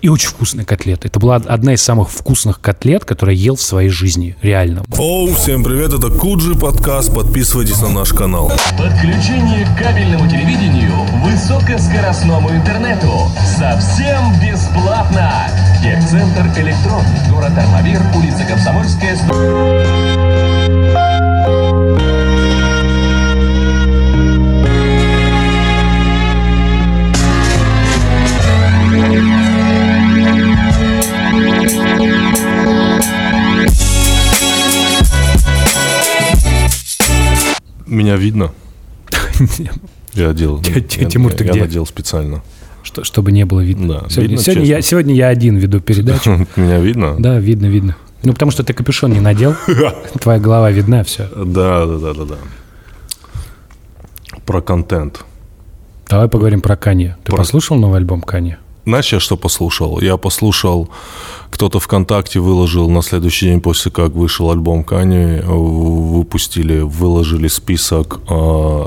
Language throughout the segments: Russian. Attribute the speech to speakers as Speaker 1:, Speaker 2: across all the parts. Speaker 1: И очень вкусные котлеты. Это была одна из самых вкусных котлет, которые я ел в своей жизни. Реально.
Speaker 2: Оу, всем привет, это Куджи подкаст. Подписывайтесь на наш канал.
Speaker 3: Подключение к кабельному телевидению, высокоскоростному интернету. Совсем бесплатно. Техцентр «Электрон», город Армавир, улица Комсомольская, 100.
Speaker 2: Меня видно? Я делал.
Speaker 1: Тя- тя- Тимур, ты
Speaker 2: я
Speaker 1: где?
Speaker 2: надел специально.
Speaker 1: Что- чтобы не было видно.
Speaker 2: Да,
Speaker 1: сегодня,
Speaker 2: видно,
Speaker 1: сегодня я,
Speaker 2: честно.
Speaker 1: сегодня я один веду передачу.
Speaker 2: Меня видно?
Speaker 1: Да, видно, видно. Ну, потому что ты капюшон не надел. Твоя голова видна, все.
Speaker 2: Да, да, да, да, да. Про контент.
Speaker 1: Давай поговорим про Канье. Ты
Speaker 2: Про-
Speaker 1: послушал новый альбом Канье?
Speaker 2: Знаешь, я что послушал? Я послушал, кто-то ВКонтакте выложил на следующий день после как вышел альбом Кани, выпустили, выложили список э,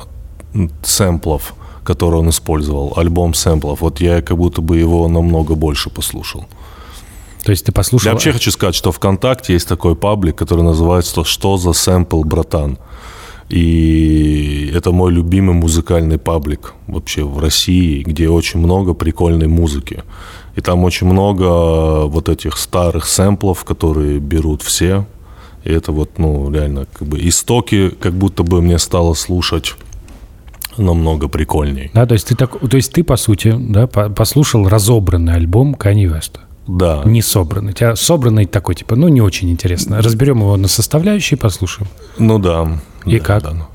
Speaker 2: сэмплов, которые он использовал, альбом сэмплов. Вот я как будто бы его намного больше послушал.
Speaker 1: То есть ты послушал...
Speaker 2: Я вообще хочу сказать, что ВКонтакте есть такой паблик, который называется «Что за сэмпл, братан?». И это мой любимый музыкальный паблик вообще в России, где очень много прикольной музыки. И там очень много вот этих старых сэмплов, которые берут все. И это вот, ну, реально, как бы истоки, как будто бы мне стало слушать намного прикольней.
Speaker 1: Да, то есть ты так, то есть ты по сути, да, по- послушал разобранный альбом Кани Веста.
Speaker 2: Да.
Speaker 1: Не собранный. У тебя собранный такой, типа, ну не очень интересно. Разберем его на составляющие, послушаем.
Speaker 2: Ну да.
Speaker 1: И
Speaker 2: Да,
Speaker 1: как?
Speaker 2: да.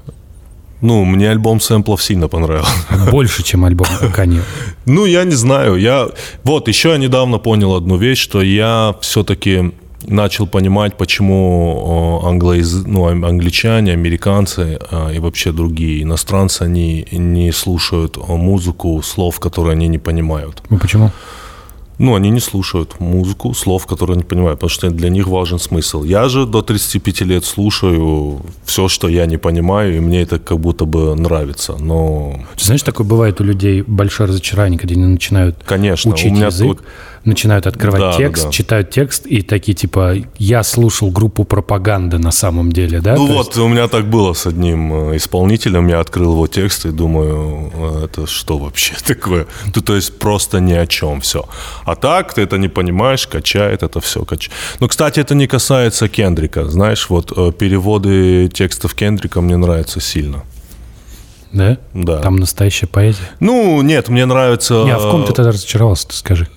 Speaker 2: Ну, мне альбом сэмплов сильно понравился.
Speaker 1: Больше, чем альбом Кани.
Speaker 2: Ну, я не знаю. Я... Вот, еще я недавно понял одну вещь, что я все-таки начал понимать, почему э, англояз- ну, ам- англичане, американцы э, и вообще другие иностранцы, они не слушают э, музыку, слов, которые они не понимают.
Speaker 1: Ну почему?
Speaker 2: Ну, они не слушают музыку, слов, которые они понимают, потому что для них важен смысл. Я же до 35 лет слушаю все, что я не понимаю, и мне это как будто бы нравится. Но,
Speaker 1: Ты знаешь, такое бывает у людей большое разочарование, когда они начинают
Speaker 2: конечно,
Speaker 1: учить
Speaker 2: у меня
Speaker 1: язык,
Speaker 2: вот-
Speaker 1: начинают открывать
Speaker 2: Да, да,
Speaker 1: текст,
Speaker 2: да.
Speaker 1: читают текст и такие типа я слушал группу пропаганда на самом деле, да?
Speaker 2: Ну
Speaker 1: А, То
Speaker 2: вот, у меня так было с одним э, исполнителем. Я открыл его текст и думаю, э, это что вообще такое? Ты, то есть просто ни о чем все. А так ты это не понимаешь, качает это все. Кач... Ну, кстати, это не касается Кендрика. Знаешь, вот э, переводы текстов Кендрика мне нравятся сильно.
Speaker 1: есть, да?
Speaker 2: Да.
Speaker 1: Там настоящая поэзия.
Speaker 2: Ну, нет, мне нравится...
Speaker 1: Не, а в ком ты тогда разочаровался, ты скажи?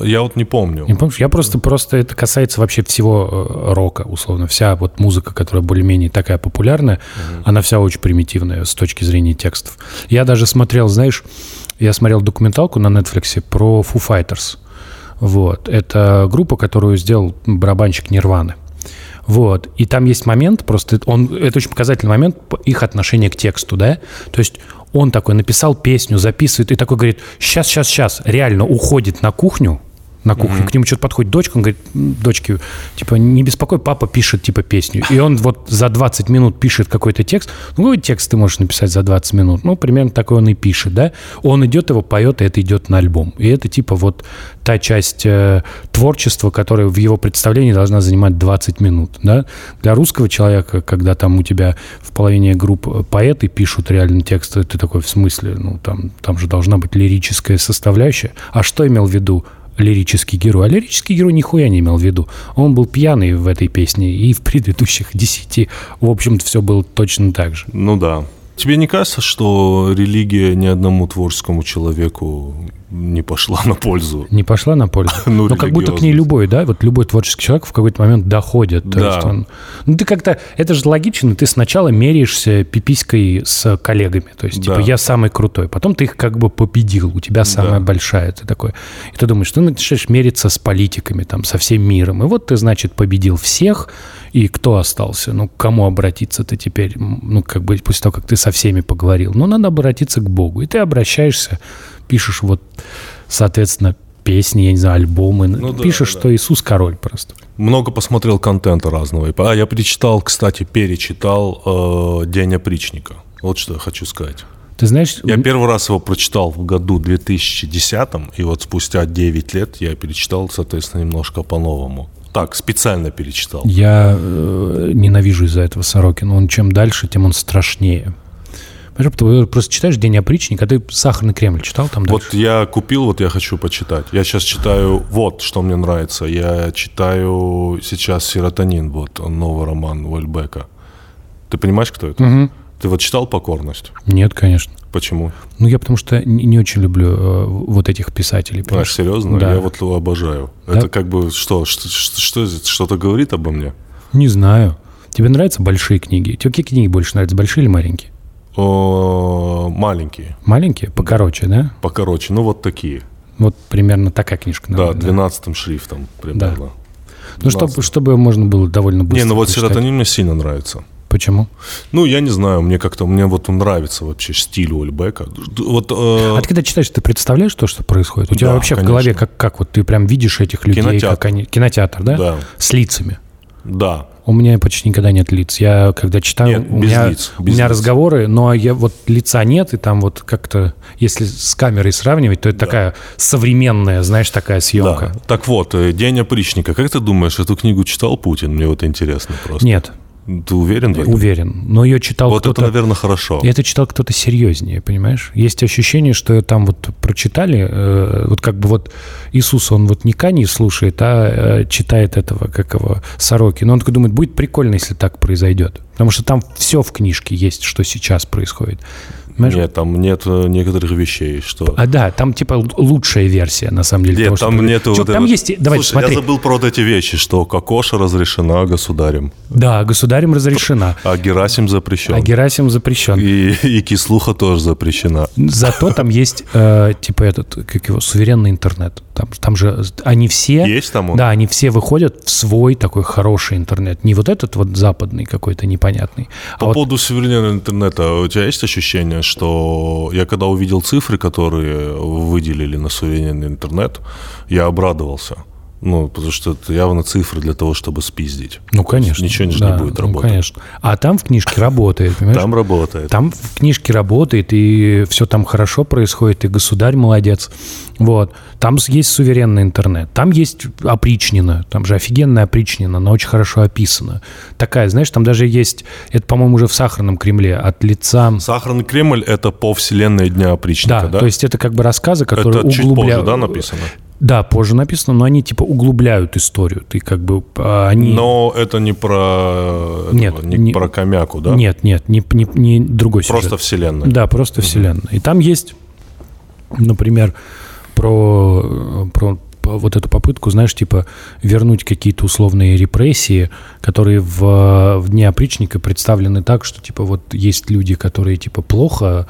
Speaker 2: э, Я вот не помню.
Speaker 1: Не помнишь? Я просто, просто это касается вообще всего э, рока, условно. Вся вот музыка, которая более-менее такая популярная, она вся очень примитивная с точки зрения текстов. Я даже смотрел, знаешь, я смотрел документалку на Netflix про Foo Fighters. Вот. Это группа, которую сделал барабанщик Нирваны. Вот. И там есть момент, просто он, это очень показательный момент п- их отношения к тексту, да? То есть он такой написал песню, записывает и такой говорит, сейчас, сейчас, сейчас, реально уходит на кухню, на кухню, к нему что-то подходит дочка, он говорит, «М, дочке, типа, не беспокой, папа пишет, типа, песню. И он вот за 20 минут пишет какой-то текст. Ну, какой текст ты можешь написать за 20 минут? Ну, примерно такой он и пишет, да? Он идет, его поет, и это идет на альбом. И это, типа, вот та часть э, творчества, которая в его представлении должна занимать 20 минут, да? Для русского человека, когда там у тебя в половине групп э, поэты пишут реально тексты, ты такой, в смысле? Ну, там, там же должна быть лирическая составляющая. А что имел в виду? лирический герой. А лирический герой нихуя не имел в виду. Он был пьяный в этой песне и в предыдущих десяти. В общем-то, все было точно так же.
Speaker 2: Ну да. Тебе не кажется, что религия ни одному творческому человеку не пошла на пользу?
Speaker 1: Не пошла на пользу.
Speaker 2: Ну,
Speaker 1: Но как будто к ней
Speaker 2: религиозность.
Speaker 1: любой, да, вот любой творческий человек в какой-то момент доходит. То
Speaker 2: Да.
Speaker 1: есть он- Ну, ты как-то... Это же логично. Ты сначала меряешься пиписькой с коллегами. То есть, типа,
Speaker 2: Да.
Speaker 1: я самый крутой. Потом ты их как бы победил. У тебя самая
Speaker 2: Да.
Speaker 1: большая. Ты такой... И ты думаешь, ты начинаешь мериться с политиками, там, со всем миром. И вот ты, значит, победил всех. И кто остался? Ну, к кому обратиться ты теперь? М, Ну, как бы после того, как ты со всеми поговорил. Ну, надо обратиться к Богу. И ты обращаешься, пишешь вот, соответственно, песни, я не знаю, альбомы.
Speaker 2: Ну да,
Speaker 1: пишешь,
Speaker 2: да.
Speaker 1: что Иисус король просто.
Speaker 2: Много посмотрел контента разного. И по- А я перечитал, кстати, перечитал э, День опричника. Вот что я хочу сказать.
Speaker 1: Ты знаешь...
Speaker 2: Я первый раз его прочитал в году 2010, и вот спустя 9 лет я перечитал, соответственно, немножко по-новому. Так, специально перечитал.
Speaker 1: Я э, ненавижу из-за этого Сорокина. Он чем дальше, тем он страшнее. Потому Ты просто читаешь «День опричника», а ты «Сахарный Кремль» читал там
Speaker 2: Вот
Speaker 1: дальше?
Speaker 2: я купил, вот я хочу почитать. Я сейчас читаю вот, что мне нравится. Я читаю сейчас «Серотонин», вот, он новый роман Уэльбека. Ты понимаешь, кто это? Ты вот читал «Покорность»?
Speaker 1: Нет, конечно.
Speaker 2: Почему?
Speaker 1: Ну, я потому что не, не очень люблю э, вот этих писателей.
Speaker 2: А,
Speaker 1: понимаешь?
Speaker 2: серьезно?
Speaker 1: Да.
Speaker 2: Я вот его обожаю.
Speaker 1: Да?
Speaker 2: Это как бы что, что, что, что, то говорит обо мне?
Speaker 1: Не знаю. Тебе нравятся большие книги? Тебе какие книги больше нравятся, большие или маленькие?
Speaker 2: О, маленькие,
Speaker 1: Маленькие? Покороче, да?
Speaker 2: покороче, ну вот такие.
Speaker 1: Вот примерно такая книжка.
Speaker 2: Да,
Speaker 1: наверное,
Speaker 2: 12 шрифтом примерно.
Speaker 1: Ну, чтобы,
Speaker 2: 12.
Speaker 1: чтобы можно было довольно быстро
Speaker 2: Не, ну вот
Speaker 1: прочитать.
Speaker 2: серотонин мне сильно нравится.
Speaker 1: Почему?
Speaker 2: Ну, я не знаю, мне как-то, мне вот он нравится вообще стиль Ольбека. Вот э,
Speaker 1: А ты когда читаешь, ты представляешь то, что происходит? У тебя
Speaker 2: Да,
Speaker 1: вообще
Speaker 2: конечно.
Speaker 1: в голове как, как вот ты прям видишь этих людей,
Speaker 2: Кинотеатр.
Speaker 1: как они... Кинотеатр, да?
Speaker 2: Да.
Speaker 1: С лицами.
Speaker 2: да,
Speaker 1: У меня почти никогда нет лиц. Я когда читаю,
Speaker 2: Нет,
Speaker 1: у,
Speaker 2: без
Speaker 1: меня,
Speaker 2: лиц,
Speaker 1: у
Speaker 2: без
Speaker 1: меня
Speaker 2: лиц.
Speaker 1: разговоры, но я вот лица нет, и там вот как-то, если с камерой сравнивать, то это такая современная, знаешь, такая съемка.
Speaker 2: да. Так вот, э, День опричника. Как ты думаешь, эту книгу читал Путин? Мне вот интересно просто.
Speaker 1: Нет,
Speaker 2: Ты уверен в этом?
Speaker 1: уверен. Но ее читал
Speaker 2: Вот это,
Speaker 1: кто-то.
Speaker 2: наверное, хорошо.
Speaker 1: И это читал кто-то серьезнее, понимаешь? Есть ощущение, что её там вот прочитали, э, вот как бы вот Иисус, он вот не Кани слушает, а э, читает этого, как его, Сороки. Но он такой думает, будет прикольно, если так произойдет. Потому что там все в книжке есть, что сейчас происходит. Понимаешь?
Speaker 2: Нет, там нет э, некоторых вещей, что...
Speaker 1: А да, там типа л- лучшая версия, на самом деле.
Speaker 2: Нет,
Speaker 1: того, что
Speaker 2: там
Speaker 1: происходит.
Speaker 2: нету...
Speaker 1: Чё,
Speaker 2: вот
Speaker 1: там
Speaker 2: этого-
Speaker 1: есть, давай,
Speaker 2: Слушай,
Speaker 1: смотри.
Speaker 2: я забыл про вот эти вещи, что кокоша разрешена государем,
Speaker 1: Да, государем разрешена,
Speaker 2: а Герасим запрещен.
Speaker 1: а Герасим запрещен.
Speaker 2: И, и кислуха тоже запрещена.
Speaker 1: Ну Зато там есть, э, типа, этот, как его, суверенный интернет. Там, там же они все...
Speaker 2: Есть там он?
Speaker 1: Да, они все выходят в свой такой хороший интернет. Не вот этот вот западный какой-то непонятный.
Speaker 2: По
Speaker 1: а вот
Speaker 2: поводу суверенного интернета, у тебя есть ощущение, что я когда увидел цифры, которые выделили на суверенный интернет, я обрадовался. Ну, потому что это явно цифры для того, чтобы спиздить.
Speaker 1: ну, конечно.
Speaker 2: Ничего же
Speaker 1: да,
Speaker 2: не будет
Speaker 1: ну,
Speaker 2: работать.
Speaker 1: конечно. А там в книжке работает, понимаешь?
Speaker 2: Там работает.
Speaker 1: Там в книжке работает, и все там хорошо происходит, и государь молодец. Вот. Там с- есть суверенный интернет, там есть опричнина, там же офигенная опричнина, она очень хорошо описана. Такая, знаешь, там даже есть, это, по-моему, уже в «Сахарном Кремле», от лица...
Speaker 2: Сахарный Кремль – это по вселенной Дня Опричника,
Speaker 1: Да,
Speaker 2: да?
Speaker 1: то есть это как бы рассказы,
Speaker 2: это
Speaker 1: которые
Speaker 2: чуть
Speaker 1: углубляют...
Speaker 2: позже, да, написано?
Speaker 1: Да, позже написано, но они типа углубляют историю. Ты как бы а, они.
Speaker 2: Но это не про... этого,
Speaker 1: Нет,
Speaker 2: не,
Speaker 1: не-
Speaker 2: про Комяку, да?
Speaker 1: Нет, нет, не, не, не другой сюжет.
Speaker 2: Просто вселенная.
Speaker 1: Да, просто вселенная. И там есть, например, про, э, про п- вот эту попытку, знаешь, типа вернуть какие-то условные репрессии, которые в, в Дне опричника представлены так, что типа вот есть люди, которые типа плохо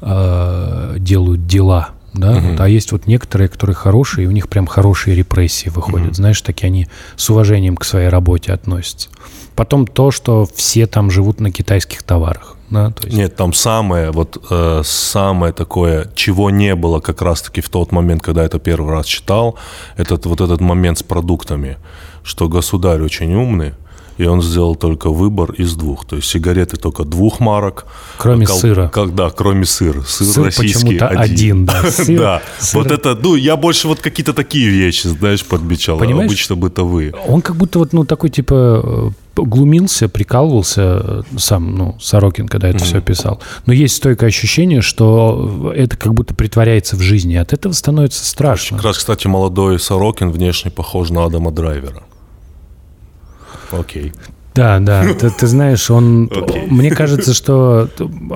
Speaker 1: э, делают дела, да, вот, а есть вот некоторые, которые хорошие, и у них прям хорошие репрессии выходят, знаешь, такие они с уважением к своей работе относятся. Потом то, что все там живут на китайских товарах, да, то есть...
Speaker 2: Нет, там самое, вот э, самое такое, чего не было как раз-таки в тот момент, когда это первый раз читал, этот вот этот момент с продуктами, что государь очень умный, и он сделал только выбор из двух. То есть сигареты только двух марок.
Speaker 1: Кроме сыра.
Speaker 2: Как, да, кроме сыра. Сыр,
Speaker 1: Сыр
Speaker 2: российский
Speaker 1: почему-то один, да. Сыр-
Speaker 2: да.
Speaker 1: сыр-
Speaker 2: Вот это, ну, я больше вот какие-то такие вещи, знаешь, подмечал.
Speaker 1: Понимаешь?
Speaker 2: Обычно бытовые.
Speaker 1: Он как будто вот, ну, такой, типа, э, глумился, прикалывался э, сам, ну, Сорокин, когда это все писал. Но есть стойкое ощущение, что это как будто притворяется в жизни. и От этого становится страшно.
Speaker 2: Как раз, кстати, молодой Сорокин внешне похож на Адама Драйвера. Окей.
Speaker 1: Да, да. Ты, ты знаешь, он...
Speaker 2: Окей.
Speaker 1: Мне кажется, что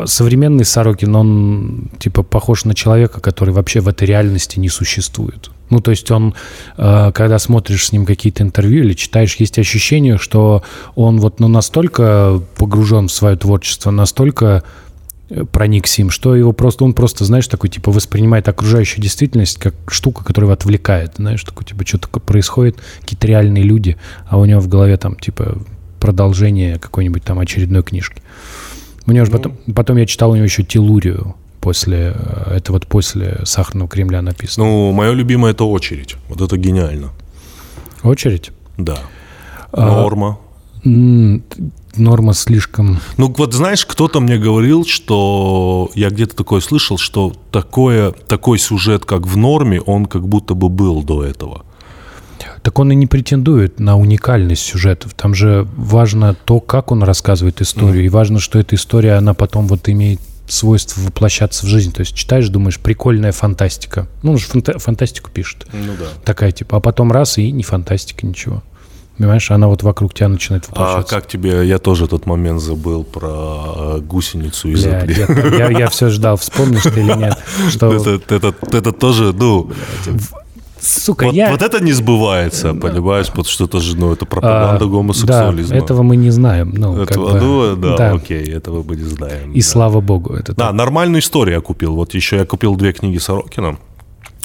Speaker 1: современный Сорокин, он, типа, похож на человека, который вообще в этой реальности не существует. Ну, то есть он, э, когда смотришь с ним какие-то интервью или читаешь, есть ощущение, что он вот ну, настолько погружен в свое творчество, настолько э, проникся им, что его просто, он просто, знаешь, такой, типа, воспринимает окружающую действительность как штука, которая его отвлекает, знаешь, такой, типа, что такое происходит, какие-то реальные люди, а у него в голове там, типа, продолжение какой-нибудь там очередной книжки. У него же потом, потом я читал у него еще Телурию после, э, это вот после Сахарного Кремля написано.
Speaker 2: Ну, мое любимое это очередь. Вот это гениально.
Speaker 1: Очередь?
Speaker 2: Да. Норма.
Speaker 1: м, норма слишком...
Speaker 2: Ну вот знаешь, кто-то мне говорил, что я где-то такое слышал, что такое, такой сюжет, как в норме, он как будто бы был до этого.
Speaker 1: Так он и не претендует на уникальность сюжетов. Там же важно то, как он рассказывает историю, и важно, что эта история, она потом вот имеет свойство воплощаться в жизнь. То есть читаешь, думаешь, прикольная фантастика. Ну, он же фанта- фантастику пишет.
Speaker 2: Ну да.
Speaker 1: Такая типа, а потом раз, и не фантастика, ничего. Понимаешь, она вот вокруг тебя начинает
Speaker 2: А
Speaker 1: воплощаться.
Speaker 2: как тебе, я тоже этот момент забыл про э, гусеницу из
Speaker 1: Бля,
Speaker 2: Эпли.
Speaker 1: я, я- я все ждал, вспомнишь ты или нет. Что,
Speaker 2: Это, это, это тоже, ну,
Speaker 1: сука,
Speaker 2: вот,
Speaker 1: я...
Speaker 2: вот это не сбывается, понимаешь, потому что это же, ну, это пропаганда
Speaker 1: а,
Speaker 2: гомосексуализма.
Speaker 1: Да, этого мы не знаем. Ну, как
Speaker 2: Этого,
Speaker 1: бы,
Speaker 2: ну, да,
Speaker 1: да.
Speaker 2: окей, этого мы не знаем.
Speaker 1: И
Speaker 2: да.
Speaker 1: слава богу, это
Speaker 2: Да,
Speaker 1: так.
Speaker 2: нормальную историю я купил. Вот еще я купил две книги Сорокина.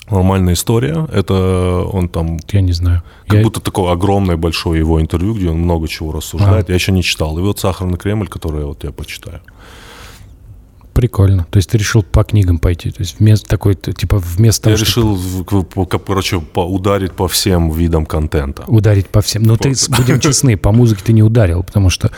Speaker 2: Нормальная история. Это он там
Speaker 1: Я не знаю.
Speaker 2: как
Speaker 1: Я-
Speaker 2: будто такое огромное большое его интервью, где он много чего рассуждает. Я еще не читал. И вот «Сахарный Кремль», который вот я почитаю.
Speaker 1: Прикольно. То есть ты решил по книгам пойти. То есть вместо такой, т- типа, вместо того,
Speaker 2: я
Speaker 1: чтоб
Speaker 2: решил, в- к- по- ко- короче, по- ударить по всем видам контента.
Speaker 1: ударить по всем. Ну, ты, с- будем честны, по музыке ты не ударил, потому что,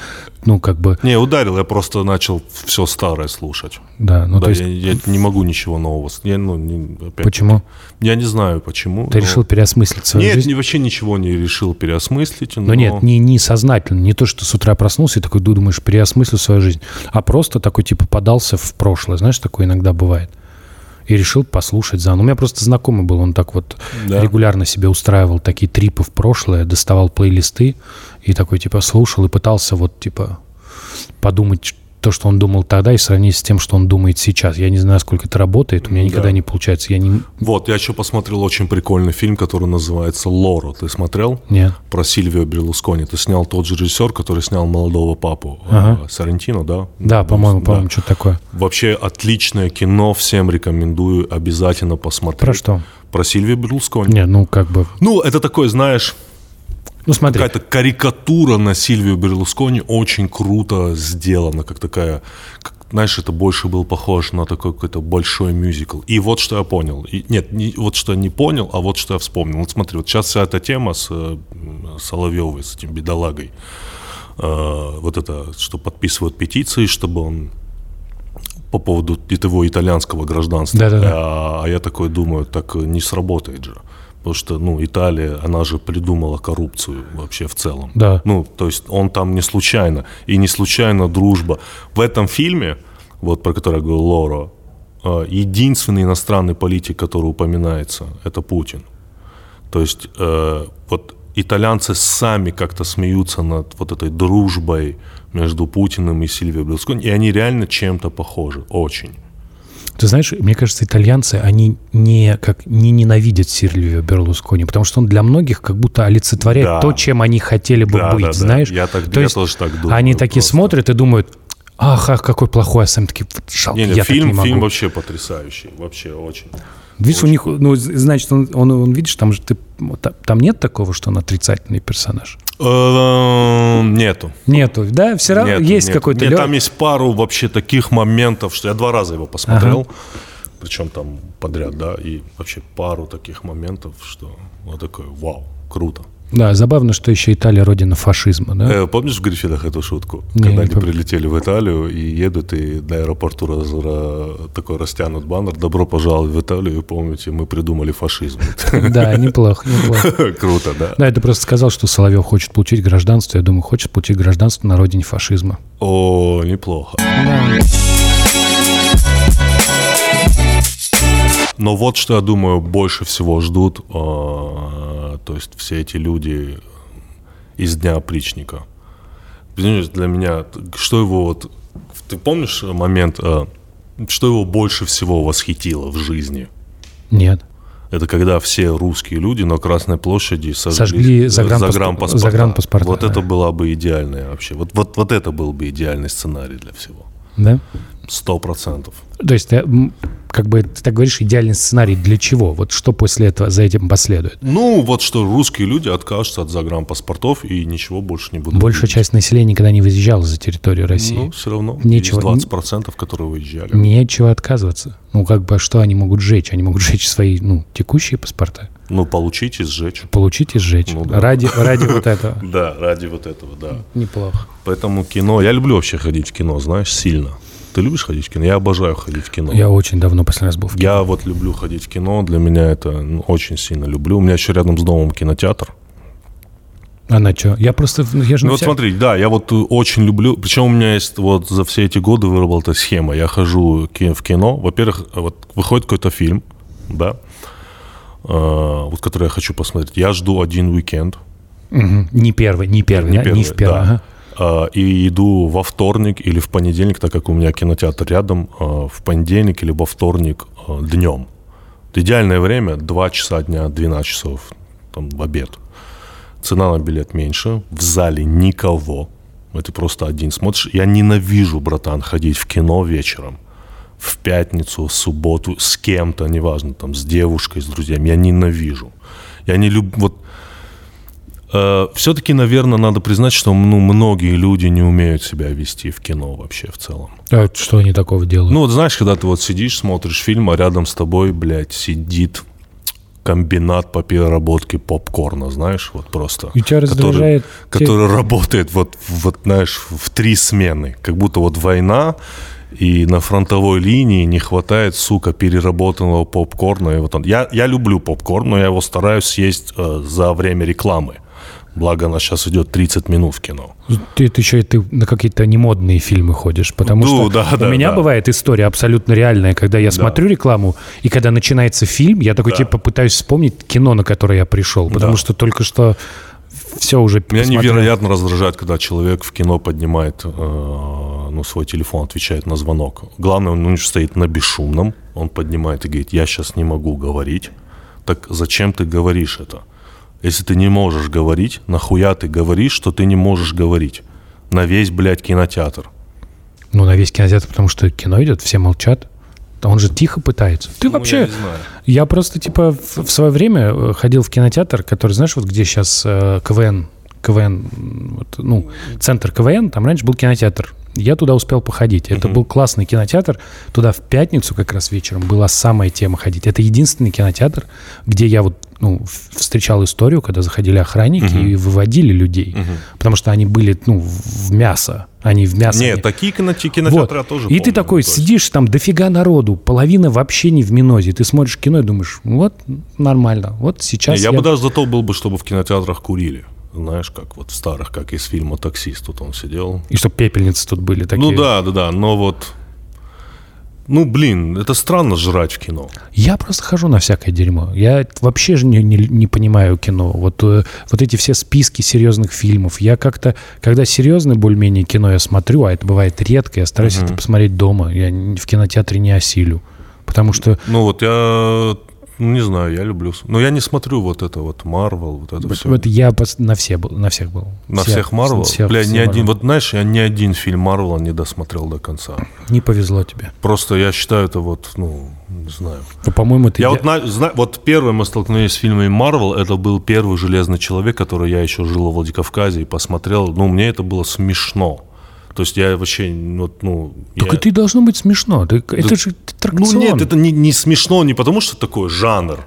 Speaker 1: ну, как бы,
Speaker 2: Не, ударил, я просто начал все старое слушать.
Speaker 1: да, ну,
Speaker 2: да,
Speaker 1: то есть,
Speaker 2: я, я не могу ничего нового. с- Я, ну, не- опять-
Speaker 1: почему?
Speaker 2: я не знаю, почему.
Speaker 1: Ты
Speaker 2: но-
Speaker 1: решил переосмыслить свою
Speaker 2: Ну, Нет,
Speaker 1: жизнь?
Speaker 2: не- вообще ничего не решил переосмыслить.
Speaker 1: Но нет, не, не сознательно, не то, что с утра проснулся и такой ду- думаешь, переосмыслил свою жизнь, а просто такой, типа, подался в прошлое. Знаешь, такое иногда бывает. И решил послушать заново. У меня просто знакомый был, он так вот
Speaker 2: Да.
Speaker 1: регулярно себе устраивал такие трипы в прошлое, доставал плейлисты и такой, типа, слушал и пытался вот, типа, подумать ч- то, что он думал тогда, и сравнить с тем, что он думает сейчас. Я не знаю, сколько это работает, у меня никогда не получается. Я не...
Speaker 2: Вот, я еще посмотрел очень прикольный фильм, который называется «Лоро». Ты смотрел?
Speaker 1: Нет.
Speaker 2: Про Сильвио Берлускони. Ты снял тот же режиссер, который снял «Молодого папу».
Speaker 1: Ага.
Speaker 2: э, Соррентино, да?
Speaker 1: Да, по-моему,
Speaker 2: Ну, Да.
Speaker 1: по-моему, что-то такое.
Speaker 2: Вообще отличное кино, всем рекомендую обязательно посмотреть.
Speaker 1: Про что?
Speaker 2: Про Сильвио Берлускони.
Speaker 1: Не, ну, как бы...
Speaker 2: Ну, это такой, знаешь,
Speaker 1: Ну, смотри.
Speaker 2: какая-то карикатура на Сильвию Берлускони очень круто сделана, как такая, как, знаешь, это больше был похож на такой какой-то большой мюзикл. И вот что я понял. И, нет, не, вот что я не понял, а вот что я вспомнил. Вот смотри, вот сейчас вся эта тема с э, м, Соловьевой, с этим бедолагой, Э, вот это, что подписывают петиции, чтобы он по поводу этого итальянского гражданства.
Speaker 1: Да-да-да.
Speaker 2: А, а я такой думаю, так не сработает же. Потому что, ну, Италия, она же придумала коррупцию вообще в целом.
Speaker 1: Да.
Speaker 2: Ну, то есть он там не случайно. И не случайно дружба. В этом фильме, вот про который я говорил, Лоро, э, единственный иностранный политик, который упоминается, это Путин. То есть э, вот итальянцы сами как-то смеются над вот этой дружбой между Путиным и Сильвио Берлускони, и они реально чем-то похожи, очень.
Speaker 1: Ты знаешь, мне кажется, итальянцы, они не, как, не ненавидят Сильвио Берлускони, потому что он для многих как будто олицетворяет
Speaker 2: Да.
Speaker 1: то, чем они хотели бы
Speaker 2: Да,
Speaker 1: быть,
Speaker 2: да, да.
Speaker 1: знаешь?
Speaker 2: Я так-
Speaker 1: то
Speaker 2: я
Speaker 1: есть
Speaker 2: тоже так думаю
Speaker 1: Они такие
Speaker 2: просто.
Speaker 1: смотрят и думают, ах, ах, какой плохой, а сами такие, «Вот жалко,
Speaker 2: Не, не,
Speaker 1: я так не
Speaker 2: фильм,
Speaker 1: могу.
Speaker 2: фильм вообще потрясающий, вообще очень.
Speaker 1: Видишь, у них, ну, з- значит, он, он, он, видишь, там же ты, вот та- там нет такого, что он отрицательный персонаж?
Speaker 2: Эм, Нету.
Speaker 1: Нету, да, все равно
Speaker 2: Нету,
Speaker 1: есть
Speaker 2: нету.
Speaker 1: какой-то...
Speaker 2: Нет,
Speaker 1: лё-
Speaker 2: там есть пару вообще таких моментов, что я два раза его посмотрел, причем там подряд, да, и вообще пару таких моментов, что вот такой, вау, круто.
Speaker 1: Да, забавно, что еще Италия родина фашизма, да?
Speaker 2: Э, помнишь в Гриффинах эту шутку?
Speaker 1: Не,
Speaker 2: Когда
Speaker 1: не
Speaker 2: они
Speaker 1: помню.
Speaker 2: прилетели в Италию и едут, и на аэропорту раз- ра- такой растянут баннер «Добро пожаловать в Италию», помните, мы придумали фашизм.
Speaker 1: Да, неплохо, неплохо.
Speaker 2: Круто, да?
Speaker 1: Да, это просто сказал, что Соловьев хочет получить гражданство. Я думаю, хочет получить гражданство на родине фашизма.
Speaker 2: О, неплохо. Но вот что, я думаю, больше всего ждут, э, то есть все эти люди из Дня опричника. Понимаешь, для меня, т- что его вот... Ты помнишь момент, э, что его больше всего восхитило в жизни?
Speaker 1: Нет.
Speaker 2: Это когда все русские люди на Красной площади сожгли,
Speaker 1: Сожгли
Speaker 2: э,
Speaker 1: загранпаспо-
Speaker 2: загранпаспорта.
Speaker 1: загранпаспорта,
Speaker 2: Вот это
Speaker 1: да.
Speaker 2: была бы идеальная вообще. Вот, вот, вот это был бы идеальный сценарий для всего.
Speaker 1: Да?
Speaker 2: Сто процентов.
Speaker 1: То есть, ты, м, как бы ты так говоришь, идеальный сценарий для чего? Вот что после этого за этим последует?
Speaker 2: Ну, вот что русские люди откажутся от загранпаспортов и ничего больше не будут.
Speaker 1: Большая
Speaker 2: видеть.
Speaker 1: часть населения никогда не выезжала за территорию России.
Speaker 2: Ну, все равно.
Speaker 1: Ничего.
Speaker 2: Есть 20%, которые выезжали.
Speaker 1: Нечего отказываться. Ну, как бы, а что они могут сжечь? Они могут сжечь свои, ну, текущие паспорта.
Speaker 2: Ну, получить и сжечь.
Speaker 1: Получить и сжечь.
Speaker 2: Ну да.
Speaker 1: Ради, ради вот этого.
Speaker 2: Да, ради вот этого, да.
Speaker 1: Неплохо.
Speaker 2: Поэтому кино... Я люблю вообще ходить в кино, знаешь, сильно. Ты любишь ходить в кино? Я обожаю ходить в кино.
Speaker 1: Я очень давно последний раз был в
Speaker 2: Я вот люблю ходить в кино. Для меня это ну, очень сильно люблю. У меня еще рядом с домом кинотеатр.
Speaker 1: Она что? Я просто... ну, Я же
Speaker 2: Ну
Speaker 1: на
Speaker 2: вот
Speaker 1: вся-
Speaker 2: смотри, да, я вот э, очень люблю, причем у меня есть вот за все эти годы выработалась схема. Я хожу ки- в кино, во-первых, э, вот выходит какой-то фильм, да, э, вот который я хочу посмотреть. Я жду один уикенд,
Speaker 1: Мгм. Не первый, не первый,
Speaker 2: не
Speaker 1: да?
Speaker 2: первый,
Speaker 1: не в первый.
Speaker 2: да.
Speaker 1: ага.
Speaker 2: Э, и иду во вторник или в понедельник, так как у меня кинотеатр рядом, э, в понедельник или во вторник э, днем. Идеальное время 2 часа дня, 12 часов там, в обед. Цена на билет меньше, в зале никого. Это просто один смотришь. Я ненавижу, братан, ходить в кино вечером. В пятницу, в субботу, с кем-то, неважно, там, с девушкой, с друзьями. Я ненавижу. Я не люблю... Вот все-таки, наверное, Э, надо признать, что ну, многие люди не умеют себя вести в кино вообще в целом.
Speaker 1: А что они такого делают?
Speaker 2: Ну, вот знаешь, когда ты вот сидишь, смотришь фильм, а рядом с тобой, блядь, сидит комбинат по переработке попкорна, знаешь, вот просто.
Speaker 1: И тебя раздражает те-
Speaker 2: Который, который работает вот, вот, знаешь, в три смены. Как будто вот война, и на фронтовой линии не хватает, сука, переработанного попкорна. И вот он. Я, я люблю попкорн, но я его стараюсь съесть э, за время рекламы. Благо, она сейчас идет 30 минут в кино.
Speaker 1: Ты, ты еще и ты на какие-то немодные фильмы ходишь, потому
Speaker 2: Ну,
Speaker 1: что
Speaker 2: да,
Speaker 1: у
Speaker 2: да,
Speaker 1: меня
Speaker 2: да.
Speaker 1: бывает история абсолютно реальная, когда я смотрю рекламу, и когда начинается фильм, я такой
Speaker 2: Да.
Speaker 1: типа пытаюсь вспомнить кино, на которое я пришел, потому
Speaker 2: Да.
Speaker 1: что только что все уже
Speaker 2: Меня
Speaker 1: посмотрел.
Speaker 2: невероятно раздражает, когда человек в кино поднимает э, ну, свой телефон, отвечает на звонок. Главное, он ну, стоит на бесшумном, он поднимает и говорит, я сейчас не могу говорить. Так зачем ты говоришь это? Если ты не можешь говорить, нахуя ты говоришь, что ты не можешь говорить? На весь, блядь, кинотеатр.
Speaker 1: Ну, на весь кинотеатр, потому что кино идет, все молчат. А Он же тихо пытается. Ты вообще...
Speaker 2: я не знаю.
Speaker 1: Я просто, типа, в, в свое время э, ходил в кинотеатр, который, знаешь, вот где сейчас КВН, КВН, м, вот, ну, центр КВН, там раньше был кинотеатр. Я туда успел походить. Это был классный кинотеатр. Туда в пятницу как раз вечером была самая тема ходить. Это единственный кинотеатр, где я вот ну, в- встречал историю, когда заходили охранники и выводили людей. Потому что они были, ну, в в мясо. Они в мясо.
Speaker 2: Нет,
Speaker 1: не-
Speaker 2: такие кино- кинотеатры
Speaker 1: А вот.
Speaker 2: я тоже
Speaker 1: и ты
Speaker 2: помню,
Speaker 1: такой
Speaker 2: то есть.
Speaker 1: сидишь, там дофига народу, половина вообще не в минозе. Ты смотришь кино и думаешь, вот нормально, вот
Speaker 2: Не,
Speaker 1: сейчас
Speaker 2: я,
Speaker 1: я...
Speaker 2: бы даже за то был бы, чтобы в кинотеатрах курили. Знаешь, как вот в старых, как из фильма «Таксист». Тут он сидел,
Speaker 1: И чтоб пепельницы тут были такие.
Speaker 2: Ну да, да, да, но вот... Ну, блин, это странно жрать в кино.
Speaker 1: Я просто хожу на всякое дерьмо. Я вообще же не, не- не понимаю кино. Вот, э, вот эти все списки серьезных фильмов. Я как-то, когда серьезное более-менее кино я смотрю, а это бывает редко, я стараюсь это посмотреть дома. Я н- в кинотеатре не осилю. Потому что
Speaker 2: Ну вот я... ну, Не знаю, я люблю... с- Но я не смотрю вот это вот Марвел, вот это все.
Speaker 1: вот я пос- на, все был, на всех был.
Speaker 2: На
Speaker 1: Все-
Speaker 2: всех Марвел?
Speaker 1: всех-
Speaker 2: Бля,
Speaker 1: все
Speaker 2: ни один...
Speaker 1: Marvel.
Speaker 2: Вот знаешь, я ни один фильм Марвела не досмотрел до конца.
Speaker 1: Не повезло тебе.
Speaker 2: Просто я считаю это вот, ну, не знаю.
Speaker 1: Ну, По-моему, это
Speaker 2: Я
Speaker 1: иде-
Speaker 2: вот, на- зна- вот первое мы столкнулись с фильмами Марвел, это был первый «Железный человек», который я еще жил во Владикавказе и посмотрел. Ну, мне это было смешно. То есть я вообще, ну, вот, ну...
Speaker 1: Так
Speaker 2: я-
Speaker 1: это и должно быть смешно. Так это же аттракцион.
Speaker 2: Ну нет, это не, не смешно не потому, что такой жанр,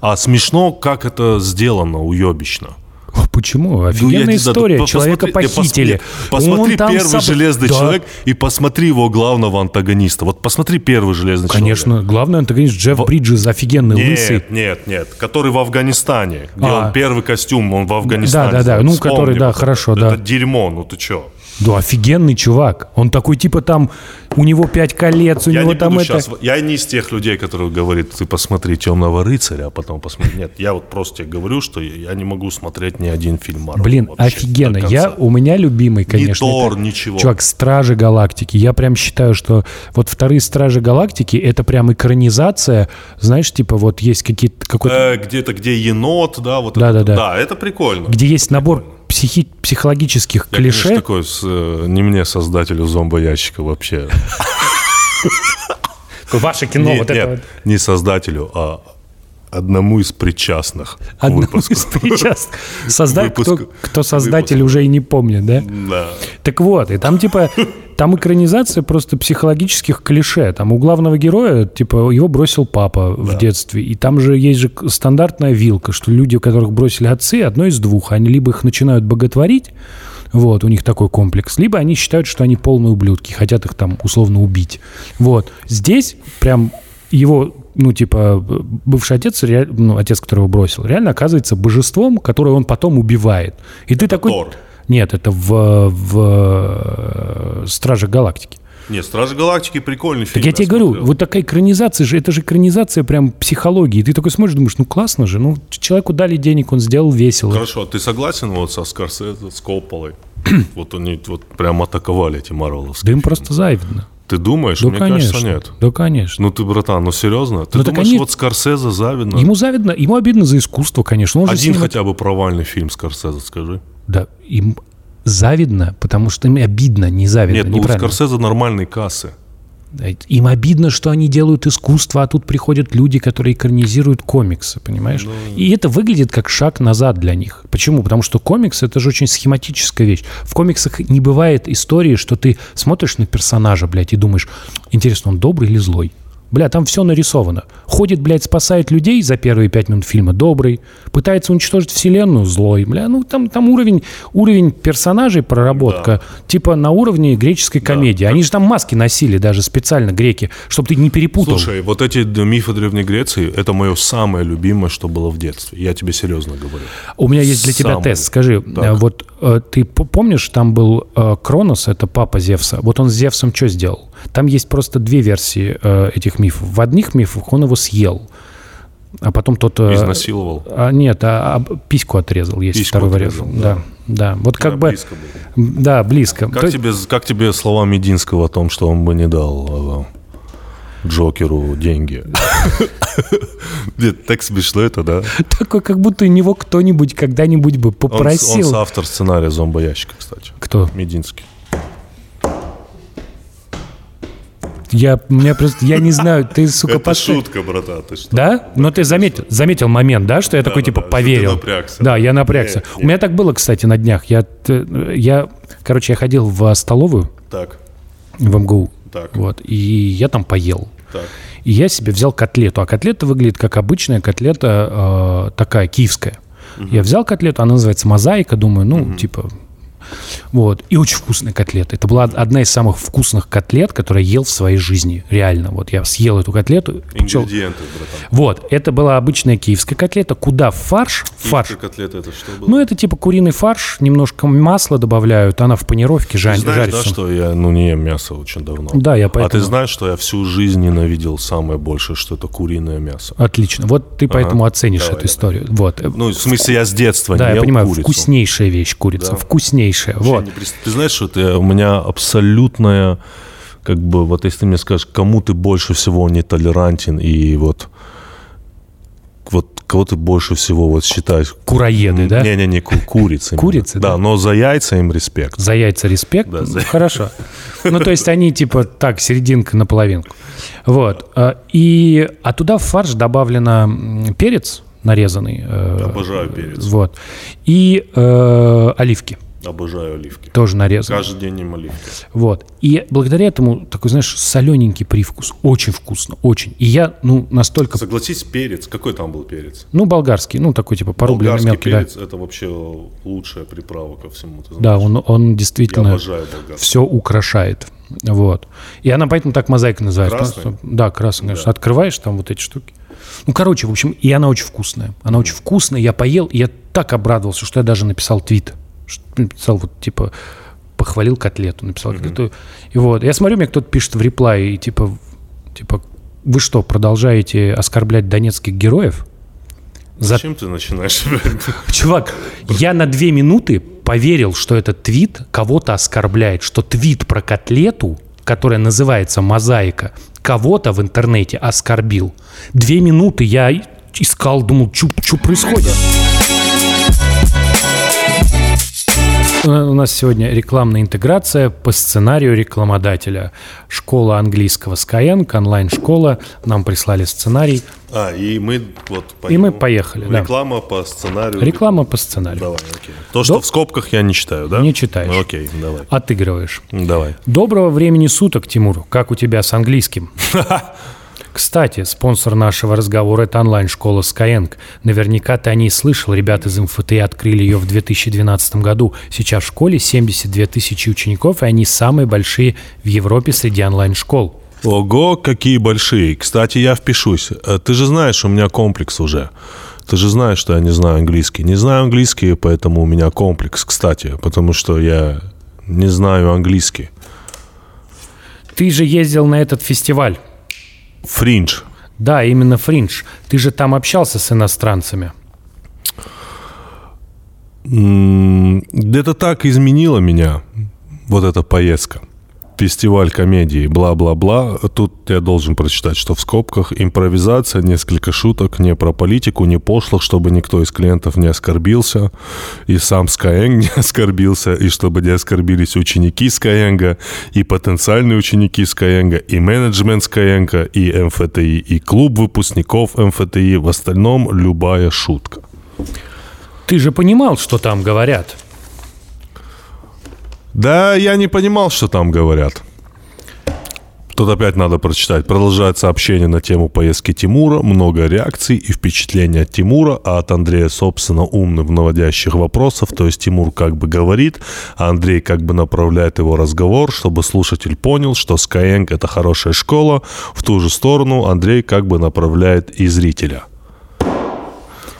Speaker 2: а смешно, как это сделано уебищно.
Speaker 1: О, Почему?
Speaker 2: Ну, я
Speaker 1: Офигенная
Speaker 2: тебе- да,
Speaker 1: история.
Speaker 2: да,
Speaker 1: Человека
Speaker 2: посмотри- да,
Speaker 1: похитили.
Speaker 2: Посмотри, посмотри
Speaker 1: Он там
Speaker 2: первый
Speaker 1: соб-
Speaker 2: железный
Speaker 1: Да,
Speaker 2: человек и посмотри его главного антагониста. Вот посмотри первый железный человек.
Speaker 1: Конечно. Главный антагонист Джефф Бриджес, офигенный лысый.
Speaker 2: Нет, нет, нет. Который в Афганистане. Где
Speaker 1: А.
Speaker 2: он первый костюм, он в Афганистане.
Speaker 1: да, да,
Speaker 2: снял.
Speaker 1: ну,
Speaker 2: Вспомни
Speaker 1: который, да,
Speaker 2: вот это.
Speaker 1: хорошо, да.
Speaker 2: Это дерьмо, ну ты чё?
Speaker 1: Да, офигенный чувак. Он такой, типа, там, у него пять колец, у
Speaker 2: Я
Speaker 1: него
Speaker 2: не
Speaker 1: там
Speaker 2: буду
Speaker 1: это...
Speaker 2: щас- Я не из тех людей, которые говорят, ты посмотри «Темного рыцаря», а потом посмотри. Нет, я вот просто тебе говорю, что я я не могу смотреть ни один фильм Марвел.
Speaker 1: Блин,
Speaker 2: вообще до
Speaker 1: офигенно.
Speaker 2: конца.
Speaker 1: Я, у меня любимый, конечно.
Speaker 2: Тор,
Speaker 1: это-
Speaker 2: ничего.
Speaker 1: Чувак, Стражи Галактики. Я прям считаю, что вот вторые Стражи Галактики, это прям экранизация, знаешь, типа, вот есть какие-то... Какой-то
Speaker 2: Э, Где-то, где енот, да, вот
Speaker 1: Да,
Speaker 2: это.
Speaker 1: да, да.
Speaker 2: это прикольно.
Speaker 1: где есть набор психи- психологических
Speaker 2: Я,
Speaker 1: клише.
Speaker 2: конечно, такой, с, э, не мне создателю зомбоящика вообще.
Speaker 1: Ваше кино,
Speaker 2: Нет,
Speaker 1: Ну, вот
Speaker 2: нет,
Speaker 1: это вот.
Speaker 2: не создателю, а одному из причастных к
Speaker 1: Одно
Speaker 2: выпуску.
Speaker 1: из причастных. Созда- кто,
Speaker 2: Выпуск.
Speaker 1: кто создатель
Speaker 2: Выпуск.
Speaker 1: уже и не помнит, да?
Speaker 2: Да.
Speaker 1: Так вот, и там типа, там экранизация просто психологических клише. Там у главного героя, типа, его бросил папа в детстве. И там же есть же к- стандартная вилка, что люди, которых бросили отцы, одно из двух. Они либо их начинают боготворить, вот, у них такой комплекс. Либо они считают, что они полные ублюдки, хотят их там условно убить. Вот. Здесь прям его, ну, типа, б- бывший отец, реаль- ну, отец, который его бросил, реально оказывается божеством, которое он потом убивает. И ты такой...
Speaker 2: Тор.
Speaker 1: Нет, это в, в э, Страже Галактики.
Speaker 2: Нет, Стражи Галактики прикольный фильм.
Speaker 1: Так я тебе говорю,
Speaker 2: смотрел.
Speaker 1: вот такая экранизация же, это же экранизация прям психологии. И Ты такой смотришь, думаешь, ну классно же, ну ч- человеку дали денег, он сделал весело.
Speaker 2: Хорошо, а ты согласен вот со Скорсезе, с Копполой? вот они вот прям атаковали эти марвеловские.
Speaker 1: Да им просто завидно.
Speaker 2: Ты думаешь?
Speaker 1: Да,
Speaker 2: Мне
Speaker 1: Ну, конечно.
Speaker 2: кажется, нет.
Speaker 1: Да, конечно.
Speaker 2: Ну ты, братан, ну серьезно? Ты
Speaker 1: Ну, так
Speaker 2: думаешь,
Speaker 1: они-
Speaker 2: вот Скорсезе завидно?
Speaker 1: Ему завидно, ему обидно за искусство, конечно. Он же
Speaker 2: Один
Speaker 1: снимает-
Speaker 2: хотя бы провальный фильм Скорсезе, скажи.
Speaker 1: Да, им завидно, потому что им обидно, не завидно,
Speaker 2: Нет, ну у
Speaker 1: неправильно.
Speaker 2: Скорсезе нормальные кассы.
Speaker 1: Да, и- Э, Им обидно, что они делают искусство, а тут приходят люди, которые экранизируют комиксы, понимаешь? И это выглядит как шаг назад для них. Почему? Потому что комикс — это же очень схематическая вещь. В комиксах не бывает истории, что ты смотришь на персонажа, блядь, и думаешь, интересно, он добрый или злой? Бля, там все нарисовано. Ходит, блядь, спасает людей за первые пять минут фильма добрый, пытается уничтожить вселенную злой. Бля, ну там, там уровень, уровень персонажей проработка, типа на уровне греческой комедии. Они же там маски носили даже специально греки, чтобы ты не перепутал.
Speaker 2: Слушай, вот эти д- мифы Древней Греции, это мое самое любимое, что было в детстве. Я тебе серьезно говорю.
Speaker 1: У меня есть для тебя
Speaker 2: Сам.
Speaker 1: тест. Скажи, э, вот э, ты п- помнишь, там был э, Кронос, это папа Зевса. Вот он с Зевсом что сделал? Там есть просто две версии э, этих мифов. В одних мифах он его съел, а потом тот... э,
Speaker 2: Изнасиловал.
Speaker 1: а, нет, а, а письку отрезал, есть
Speaker 2: Письку
Speaker 1: второй
Speaker 2: отрезал,
Speaker 1: вариант. Да. да, Вот как
Speaker 2: Да,
Speaker 1: бы...
Speaker 2: близко было.
Speaker 1: М, Да, близко.
Speaker 2: Как,
Speaker 1: То-
Speaker 2: тебе, как тебе слова Мединского о том, что он бы не дал э, Джокеру деньги? Нет, так смешно это, да?
Speaker 1: Такой, как будто него кто-нибудь когда-нибудь бы
Speaker 2: Он, он
Speaker 1: попросил.
Speaker 2: соавтор сценария «Зомбоящика», кстати.
Speaker 1: Кто?
Speaker 2: Мединский.
Speaker 1: Я, у меня просто, я не знаю, ты, сука,
Speaker 2: Это
Speaker 1: пошли.
Speaker 2: шутка, брата, ты что?
Speaker 1: Да? Но ты заметил, заметил момент, да, что я такой
Speaker 2: да,
Speaker 1: типа
Speaker 2: да, что ты
Speaker 1: поверил.
Speaker 2: напрягся.
Speaker 1: Да, я напрягся.
Speaker 2: Не,
Speaker 1: У меня так было, кстати, на днях. Я, т- я, короче, я ходил в столовую
Speaker 2: Так,
Speaker 1: в МГУ.
Speaker 2: Так.
Speaker 1: Вот, и я там поел.
Speaker 2: так.
Speaker 1: И я себе взял котлету. А котлета выглядит как обычная котлета, э, такая киевская. Я взял котлету, она называется мозаика, думаю, ну, типа... Вот. И очень вкусная котлета. Это была одна из самых вкусных котлет, которые я ел в своей жизни. Реально. Вот я съел эту котлету. причем-
Speaker 2: Ингредиенты, братан.
Speaker 1: Вот. Это была обычная киевская котлета. Куда фарш? Фарш.
Speaker 2: Киевская котлета это что было?
Speaker 1: Ну, это типа куриный фарш. Немножко масла добавляют. Она в панировке жа-
Speaker 2: Ты знаешь, да,
Speaker 1: жарится.
Speaker 2: что я ну, не ем мясо очень давно.
Speaker 1: Да, я
Speaker 2: А ты
Speaker 1: поэтому-
Speaker 2: знаешь, что я всю жизнь ненавидел самое большее, что это куриное мясо.
Speaker 1: Отлично. Вот ты поэтому оценишь
Speaker 2: Давай,
Speaker 1: эту историю. Вот.
Speaker 2: Ну, в смысле, я с детства
Speaker 1: Да,
Speaker 2: не
Speaker 1: я
Speaker 2: ел
Speaker 1: понимаю,
Speaker 2: курицу.
Speaker 1: вкуснейшая вещь курица, вкуснейшая.
Speaker 2: Вообще
Speaker 1: Вот.
Speaker 2: не прис- Ты знаешь, что ты- у меня абсолютная, как бы, вот если ты мне скажешь, кому ты больше всего не толерантен и вот, вот кого ты больше всего вот считаешь?
Speaker 1: Кураеды, да?
Speaker 2: Не-не-не, ку- курицы. именно.
Speaker 1: Курицы,
Speaker 2: Да,
Speaker 1: да.
Speaker 2: но за яйца им респект.
Speaker 1: За яйца респект.
Speaker 2: Да, за-
Speaker 1: Хорошо. Ну, то есть они типа так, серединка на половинку. Вот. А, И, а туда в фарш добавлено м, перец нарезанный. э,
Speaker 2: Обожаю перец.
Speaker 1: Вот. И э, оливки
Speaker 2: Обожаю оливки.
Speaker 1: тоже нарезаны.
Speaker 2: Каждый день им оливки.
Speaker 1: Вот. И благодаря этому такой, знаешь, солененький привкус. Очень вкусно, очень. И я, ну, настолько...
Speaker 2: Согласись, перец. Какой там был перец?
Speaker 1: Ну, болгарский, ну, такой типа порубленный
Speaker 2: Болгарский
Speaker 1: мелкий, да.
Speaker 2: перец это вообще лучшая приправа ко всему. ты
Speaker 1: Да,
Speaker 2: знаешь.
Speaker 1: он, он
Speaker 2: Я
Speaker 1: действительно
Speaker 2: обожаю болгарский.
Speaker 1: все украшает. Вот. И она поэтому так мозаика называется.
Speaker 2: Красный?
Speaker 1: потому что- да, красный, конечно. Открываешь там вот эти штуки. Ну, короче, в общем, и она очень вкусная. Она очень вкусная. Я поел, и я так обрадовался, что я даже написал твит. Что Написал вот типа похвалил котлету, написал котлету. И вот. Я смотрю, мне кто-то пишет в реплай, и типа, типа, вы что, продолжаете оскорблять донецких героев? за-
Speaker 2: Зачем ты начинаешь?
Speaker 1: Чувак, я на две минуты поверил, что этот твит кого-то оскорбляет, что твит про котлету, которая называется «Мозаика», кого-то в интернете оскорбил. Две минуты я и- искал, думал, что происходит. Э, У нас сегодня рекламная интеграция по сценарию рекламодателя. Школа английского Skyeng, онлайн-школа. Нам прислали сценарий.
Speaker 2: А, и мы вот по
Speaker 1: И мы
Speaker 2: нему.
Speaker 1: поехали, да.
Speaker 2: Реклама по сценарию.
Speaker 1: Реклама по сценарию.
Speaker 2: Давай, окей. То, что
Speaker 1: До-
Speaker 2: в скобках, я не читаю, да?
Speaker 1: Не читаешь.
Speaker 2: Окей, давай.
Speaker 1: Отыгрываешь.
Speaker 2: Давай.
Speaker 1: Доброго времени суток, Тимур. Как у тебя с английским? Кстати, спонсор нашего разговора – это онлайн-школа Skyeng. Наверняка ты о ней слышал. Ребята из МФТИ открыли ее в 2012 году. Сейчас в школе 72 тысячи учеников, и они самые большие в Европе среди онлайн-школ.
Speaker 2: Ого, какие большие. Кстати, я впишусь. Э, Ты же знаешь, у меня комплекс уже. Ты же знаешь, что я не знаю английский. Не знаю английский, поэтому у меня комплекс, кстати, потому что я не знаю английский.
Speaker 1: Ты же ездил на этот фестиваль.
Speaker 2: Фриндж.
Speaker 1: Да, именно Фриндж. Ты же там общался с иностранцами.
Speaker 2: М, Это так изменило меня, вот эта поездка. Фестиваль комедии, бла-бла-бла. Тут я должен прочитать, что в скобках импровизация, несколько шуток, не про политику, не пошлых, чтобы никто из клиентов не оскорбился, и сам Skyeng не оскорбился, и чтобы не оскорбились ученики Skyeng, и потенциальные ученики Skyeng, и менеджмент Skyeng, и МФТИ, и клуб выпускников МФТИ. В остальном любая шутка.
Speaker 1: Ты же понимал, что там говорят.
Speaker 2: Да, я не понимал, что там говорят. Тут опять надо прочитать. Продолжает сообщение на тему поездки Тимура. Много реакций и впечатлений от Тимура, а от Андрея, собственно, умных наводящих вопросов. То есть Тимур как бы говорит, а Андрей как бы направляет его разговор, чтобы слушатель понял, что Skyeng — это хорошая школа. В ту же сторону Андрей как бы направляет и зрителя.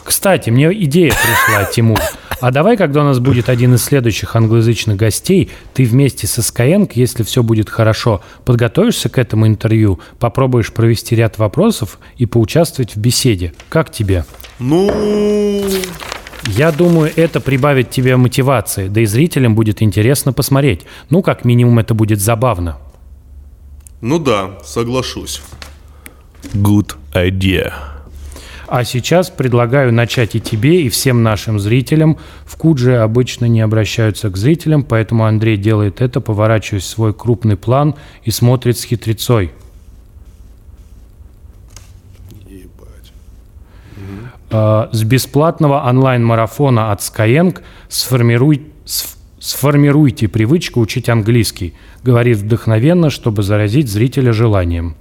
Speaker 1: Кстати, мне идея пришла, Тимур. А давай, когда у нас будет один из следующих англоязычных гостей, ты вместе со Skyeng, если все будет хорошо, подготовишься к этому интервью, попробуешь провести ряд вопросов и поучаствовать в беседе. Как тебе?
Speaker 2: Ну,
Speaker 1: Я думаю, это прибавит тебе мотивации, да и зрителям будет интересно посмотреть. Ну, как минимум, это будет забавно.
Speaker 2: ну да, соглашусь. Good idea.
Speaker 1: А сейчас предлагаю начать и тебе, и всем нашим зрителям. В Кудже обычно не обращаются к зрителям, поэтому Андрей делает это, поворачиваясь в свой крупный план и смотрит с хитрецой. А, С бесплатного онлайн-марафона от Skyeng сформируй- сф- сформируйте привычку учить английский. Говорит вдохновенно, чтобы заразить зрителя желанием.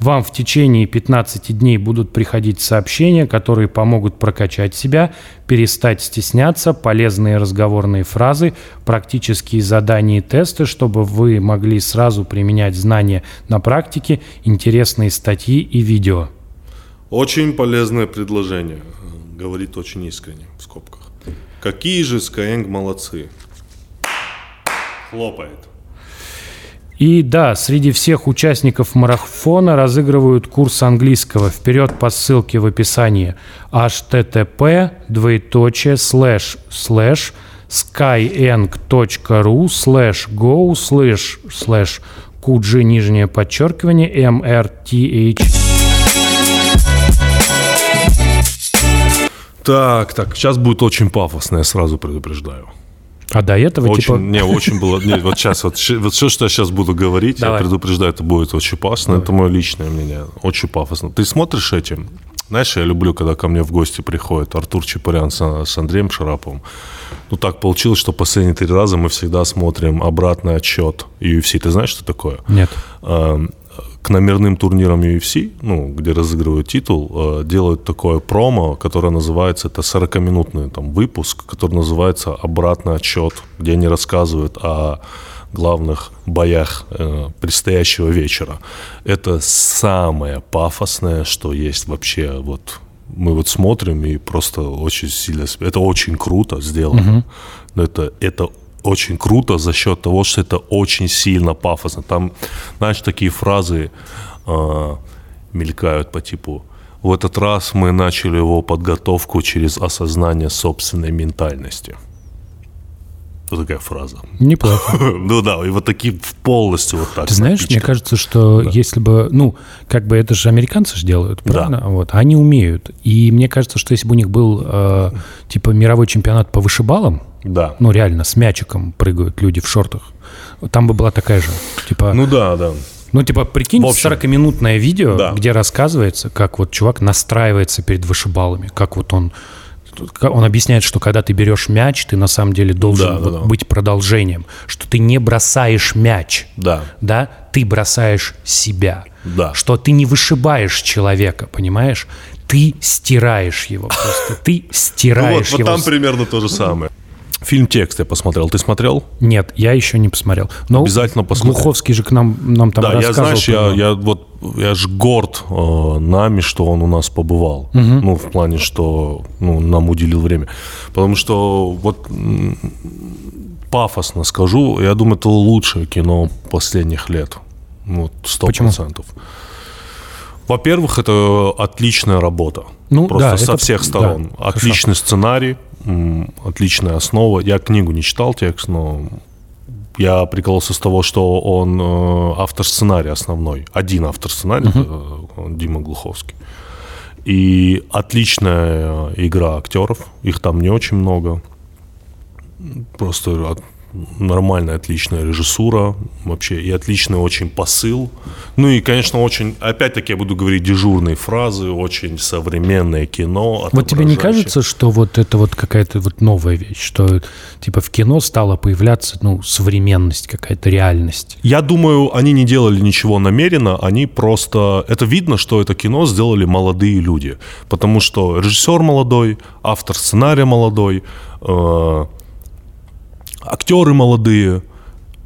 Speaker 1: Вам в течение 15 дней будут приходить сообщения, которые помогут прокачать себя, перестать стесняться, полезные разговорные фразы, практические задания и тесты, чтобы вы могли сразу применять знания на практике, интересные статьи и видео.
Speaker 2: Очень полезное предложение. э, Говорит очень искренне, в скобках. Какие же Skyeng молодцы. Хлопает.
Speaker 1: И да, среди всех участников марафона разыгрывают курс английского. Вперед по ссылке в описании. http двоеточие слэш слэш skyeng.ru слэш go слэш слэш куджи нижнее подчеркивание mrth.
Speaker 2: Так, так, сейчас будет очень пафосно, я сразу предупреждаю.
Speaker 1: А до этого
Speaker 2: Очень,
Speaker 1: типа...
Speaker 2: не, очень было, не, вот сейчас, вот, щ- вот все, что я сейчас буду говорить,
Speaker 1: Давай.
Speaker 2: я предупреждаю, это будет очень пафосно, это мое личное мнение, очень пафосно. Ты смотришь этим? Знаешь, я люблю, когда ко мне в гости приходит Артур Чапарян с, с Андреем Шараповым. Ну, так получилось, что последние три раза мы всегда смотрим обратный отчет UFC. Ты знаешь, что такое?
Speaker 1: Нет.
Speaker 2: э, к номерным турнирам UFC, ну, где разыгрывают титул, э, делают такое промо, которое называется, это 40-минутный там выпуск, который называется «Обратный отчет», где они рассказывают о главных боях э, предстоящего вечера. Это самое пафосное, что есть вообще вот мы вот смотрим и просто очень сильно... с- Это очень круто сделано. Но это, это очень круто за счет того, что это очень сильно пафосно. Там, знаешь, такие фразы э, мелькают по типу «В этот раз мы начали его подготовку через осознание собственной ментальности». Вот такая фраза.
Speaker 1: Неплохо.
Speaker 2: Ну да, и вот такие полностью вот так.
Speaker 1: Ты знаешь, мне
Speaker 2: практически.
Speaker 1: кажется, что если бы, ну, как бы это же американцы же делают, правильно? Вот, они умеют. И мне кажется, что если бы у них был, э, типа, мировой чемпионат по вышибалам,
Speaker 2: Да.
Speaker 1: ну, реально, с мячиком прыгают люди в шортах, там бы была такая же, типа...
Speaker 2: Ну да, да.
Speaker 1: Ну, типа, прикинь,
Speaker 2: В общем.
Speaker 1: 40-минутное видео,
Speaker 2: Да.
Speaker 1: где рассказывается, как вот чувак настраивается перед вышибалами, как вот он... Он объясняет, что когда ты берешь мяч, ты на самом деле должен
Speaker 2: Да, да,
Speaker 1: вот
Speaker 2: да.
Speaker 1: быть продолжением, что ты не бросаешь мяч,
Speaker 2: Да.
Speaker 1: да, ты бросаешь себя,
Speaker 2: Да.
Speaker 1: что ты не вышибаешь человека, понимаешь? Ты стираешь его просто, ты
Speaker 2: Ну вот,
Speaker 1: стираешь
Speaker 2: вот
Speaker 1: его.
Speaker 2: там
Speaker 1: с-
Speaker 2: примерно то же самое. Фильм «Текст» я посмотрел. Ты смотрел?
Speaker 1: Нет, я еще не посмотрел. Но
Speaker 2: Обязательно посмотри.
Speaker 1: Глуховский же к нам, нам там
Speaker 2: Да, я,
Speaker 1: рассказывал.
Speaker 2: знаешь, я,
Speaker 1: по-моему.
Speaker 2: я вот, я ж горд э, нами, что он у нас побывал. Ну, в плане, что ну, нам уделил время. Потому что, вот, м, пафосно скажу, я думаю, это лучшее кино последних лет. Вот, сто
Speaker 1: Почему?
Speaker 2: процентов. Во-первых, это отличная работа.
Speaker 1: Ну,
Speaker 2: Просто
Speaker 1: да,
Speaker 2: со
Speaker 1: это-
Speaker 2: всех сторон.
Speaker 1: да, хорошо.
Speaker 2: Отличный сценарий, м, отличная основа. Я книгу не читал текст, но я прикололся с того, что он э, автор сценария основной. Один автор сценария, это, э, Дима Глуховский. И отличная игра актеров. Их там не очень много. Просто от- нормальная, отличная режиссура вообще. И отличный очень посыл. Ну и, конечно, очень, опять-таки я буду говорить дежурные фразы, очень современное кино.
Speaker 1: Вот тебе не
Speaker 2: отображающее.
Speaker 1: кажется, что вот это вот какая-то вот новая вещь, что типа в кино стала появляться, ну, современность, какая-то реальность?
Speaker 2: Я думаю, они не делали ничего намеренно, они просто... Это видно, что это кино сделали молодые люди. Потому что режиссер молодой, автор сценария молодой, э, актеры молодые.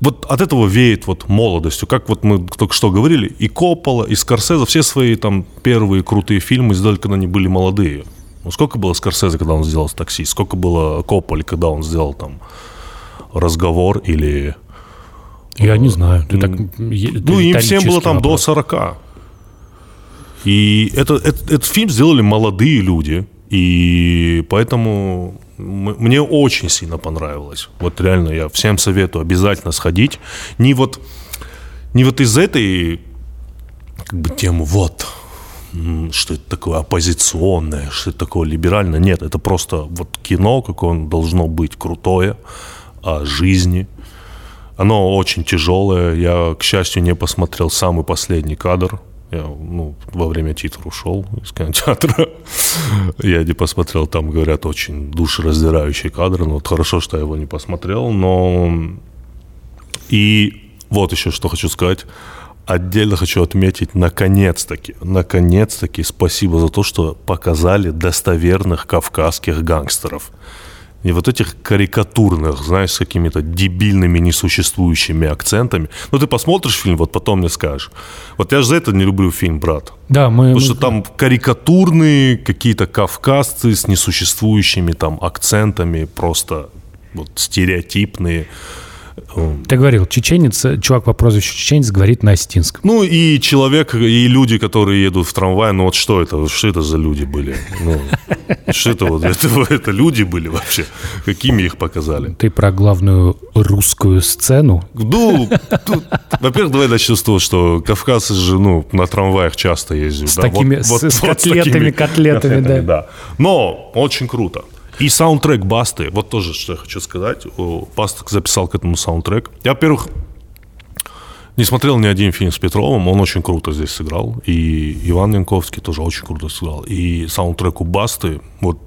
Speaker 2: Вот от этого веет вот молодостью. Как вот мы только что говорили, и Коппола, и Скорсезе, все свои там первые крутые фильмы сделали, когда они были молодые. Ну, сколько было Скорсезе, когда он сделал «Такси», сколько было Копполи, когда он сделал там «Разговор» или
Speaker 1: Я не знаю. Ты так, ну,
Speaker 2: ну, им всем было там до 40. И это, это- этот фильм сделали молодые люди. И поэтому м- мне очень сильно понравилось. Вот реально я всем советую обязательно сходить. Не вот, не вот из этой как бы темы вот м, что это такое оппозиционное, что это такое либеральное. Нет, это просто вот кино, как он должно быть, крутое, о жизни, оно очень тяжелое. Я, к счастью, не посмотрел самый последний кадр. Я ну, во время титра ушел из кинотеатра. Я не посмотрел, там, говорят, очень душераздирающий кадр. Ну, вот хорошо, что я его не посмотрел, но... И вот еще что хочу сказать. Отдельно хочу отметить, наконец-таки, наконец-таки спасибо за то, что показали достоверных кавказских гангстеров. Не вот этих карикатурных, знаешь, с какими-то дебильными, несуществующими акцентами. Ну, ты посмотришь фильм, вот потом мне скажешь. Вот я же за это не люблю фильм, брат.
Speaker 1: Да, мы...
Speaker 2: Потому что
Speaker 1: мы-
Speaker 2: там карикатурные какие-то кавказцы с несуществующими там акцентами, просто вот стереотипные.
Speaker 1: Ты говорил, чеченец, э, чувак по прозвищу чеченец говорит на осетинском.
Speaker 2: Ну и человек, и люди, которые едут в трамвай, ну вот что это, что это за люди были? Ну, что это вот, это, это люди были вообще? Какими их показали?
Speaker 1: Ты про главную русскую сцену.
Speaker 2: Ну, тут, во-первых, давай начнем с того, что кавказцы же, ну, на трамваях часто ездят.
Speaker 1: С такими- с- с котлетами, котлетами, да.
Speaker 2: Но очень круто. И саундтрек Басты, вот тоже, что я хочу сказать. О, Баста записал к этому саундтрек. Я, во-первых, не смотрел ни один фильм с Петровым, он очень круто здесь сыграл. И Иван Янковский тоже очень круто сыграл. И саундтрек у Басты, вот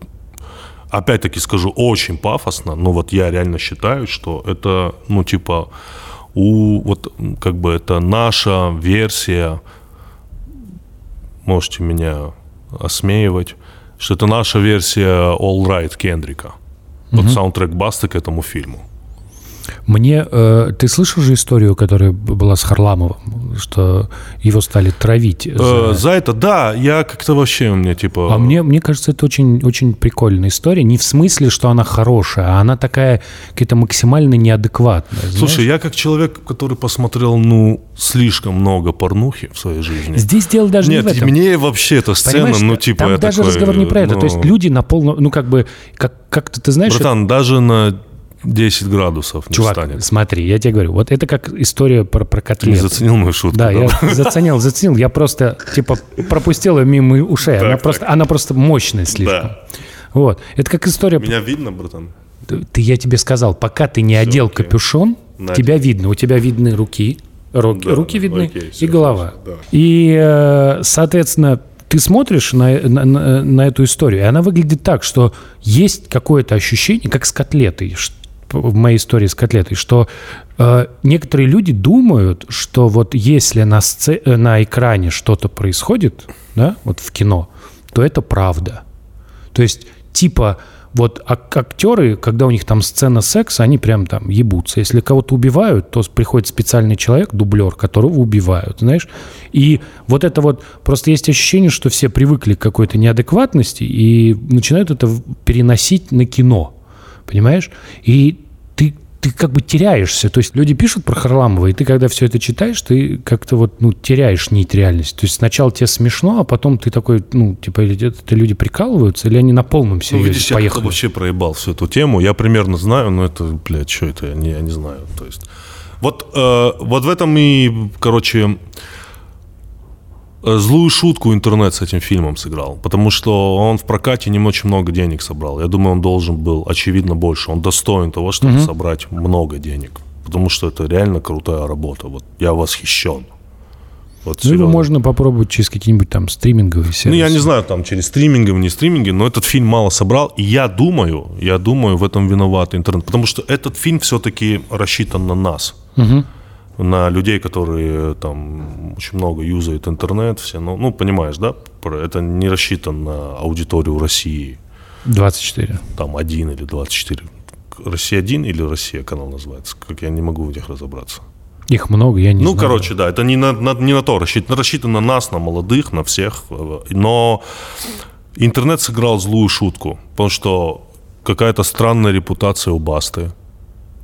Speaker 2: опять-таки скажу, очень пафосно, но вот я реально считаю, что это, ну, типа, у, вот, м, как бы это наша версия, можете меня осмеивать, что это наша версия All Right Кендрика. Вот саундтрек Басты к этому фильму.
Speaker 1: Мне... э, ты слышал же историю, которая б- была с Харламовым, что его стали травить? за-
Speaker 2: Э, за это, да, я как-то вообще у меня, типа...
Speaker 1: А мне, мне кажется, это очень, очень прикольная история. Не в смысле, что она хорошая, а она такая какая-то максимально неадекватная. знаешь.
Speaker 2: Слушай, я как человек, который посмотрел, ну, слишком много порнухи в своей жизни.
Speaker 1: здесь дело даже
Speaker 2: Нет,
Speaker 1: не в этом.
Speaker 2: мне вообще эта сцена,
Speaker 1: Понимаешь,
Speaker 2: ну, типа...
Speaker 1: там
Speaker 2: я
Speaker 1: даже
Speaker 2: такой,
Speaker 1: разговор не про это. То есть
Speaker 2: ну,
Speaker 1: люди на полном, ну как бы, как, как-то ты знаешь,
Speaker 2: Братан, даже на 10 градусов не
Speaker 1: Чувак,
Speaker 2: станет.
Speaker 1: смотри, я тебе говорю, вот это как история про, про
Speaker 2: Ты не
Speaker 1: котлеты.
Speaker 2: заценил мою шутку.
Speaker 1: Да, я заценил, заценил. Я просто, типа, пропустил ее мимо ушей. Она,
Speaker 2: Так,
Speaker 1: просто, она просто мощная слишком.
Speaker 2: Да.
Speaker 1: Вот. Это как история...
Speaker 2: Меня видно, братан?
Speaker 1: Ты, я тебе сказал, пока ты не одел
Speaker 2: окей.
Speaker 1: капюшон,
Speaker 2: Надел.
Speaker 1: тебя видно. У тебя видны руки, руки,
Speaker 2: Да,
Speaker 1: руки
Speaker 2: да,
Speaker 1: видны
Speaker 2: окей,
Speaker 1: и
Speaker 2: всё,
Speaker 1: голова.
Speaker 2: да.
Speaker 1: И, э, соответственно, ты смотришь на, на- на- на эту историю, и она выглядит так, что есть какое-то ощущение, как с котлетой, ш- в моей истории с котлетой, что э, некоторые люди думают, что вот если на, сце- э, на экране что-то происходит, да, вот в кино, то это правда. То есть, типа, вот ак- актеры, когда у них там сцена секса, они прям там ебутся. Если кого-то убивают, то с- приходит специальный человек, дублер, которого убивают, знаешь. И вот это вот, просто есть ощущение, что все привыкли к какой-то неадекватности и начинают это в- переносить на кино, понимаешь? И ты, ты как бы теряешься. То есть люди пишут про Харламова, и ты, когда все это читаешь, ты как-то вот, ну, теряешь нить реальности. То есть сначала тебе смешно, а потом ты такой, ну, типа, или это люди прикалываются, или они на полном
Speaker 2: Ну,
Speaker 1: серьезе
Speaker 2: видишь, я как-то
Speaker 1: поехали.
Speaker 2: вообще проебал всю эту тему. Я примерно знаю, но это, блядь, что это, я не, я не знаю. То есть, вот, э, вот в этом и, короче, э, злую шутку интернет с этим фильмом сыграл. Потому что он в прокате не очень много денег собрал. Я думаю, он должен был, очевидно, больше. Он достоин того, чтобы собрать много денег. Потому что это реально крутая работа. Вот я восхищен. Вот,
Speaker 1: Ну, его
Speaker 2: серьезно.
Speaker 1: можно попробовать через какие-нибудь там стриминговые сервисы.
Speaker 2: Ну, я не знаю, там, через стриминги, не стриминги, но этот фильм мало собрал. И я думаю, я думаю, в этом виноват интернет. Потому что этот фильм все-таки рассчитан на нас. На людей, которые там очень много юзают интернет, все, ну, ну, понимаешь, да? Про- Это не рассчитан на аудиторию России,
Speaker 1: 24.
Speaker 2: там, 1 или 24. Россия 1 или Россия канал называется, как я не могу в них разобраться.
Speaker 1: Их много, я не
Speaker 2: Ну,
Speaker 1: знаю.
Speaker 2: короче, да, это не на, на- не на то рассчитано. Рассчитано на нас, на молодых, на всех. э, Но интернет сыграл злую шутку. Потому что какая-то странная репутация у Басты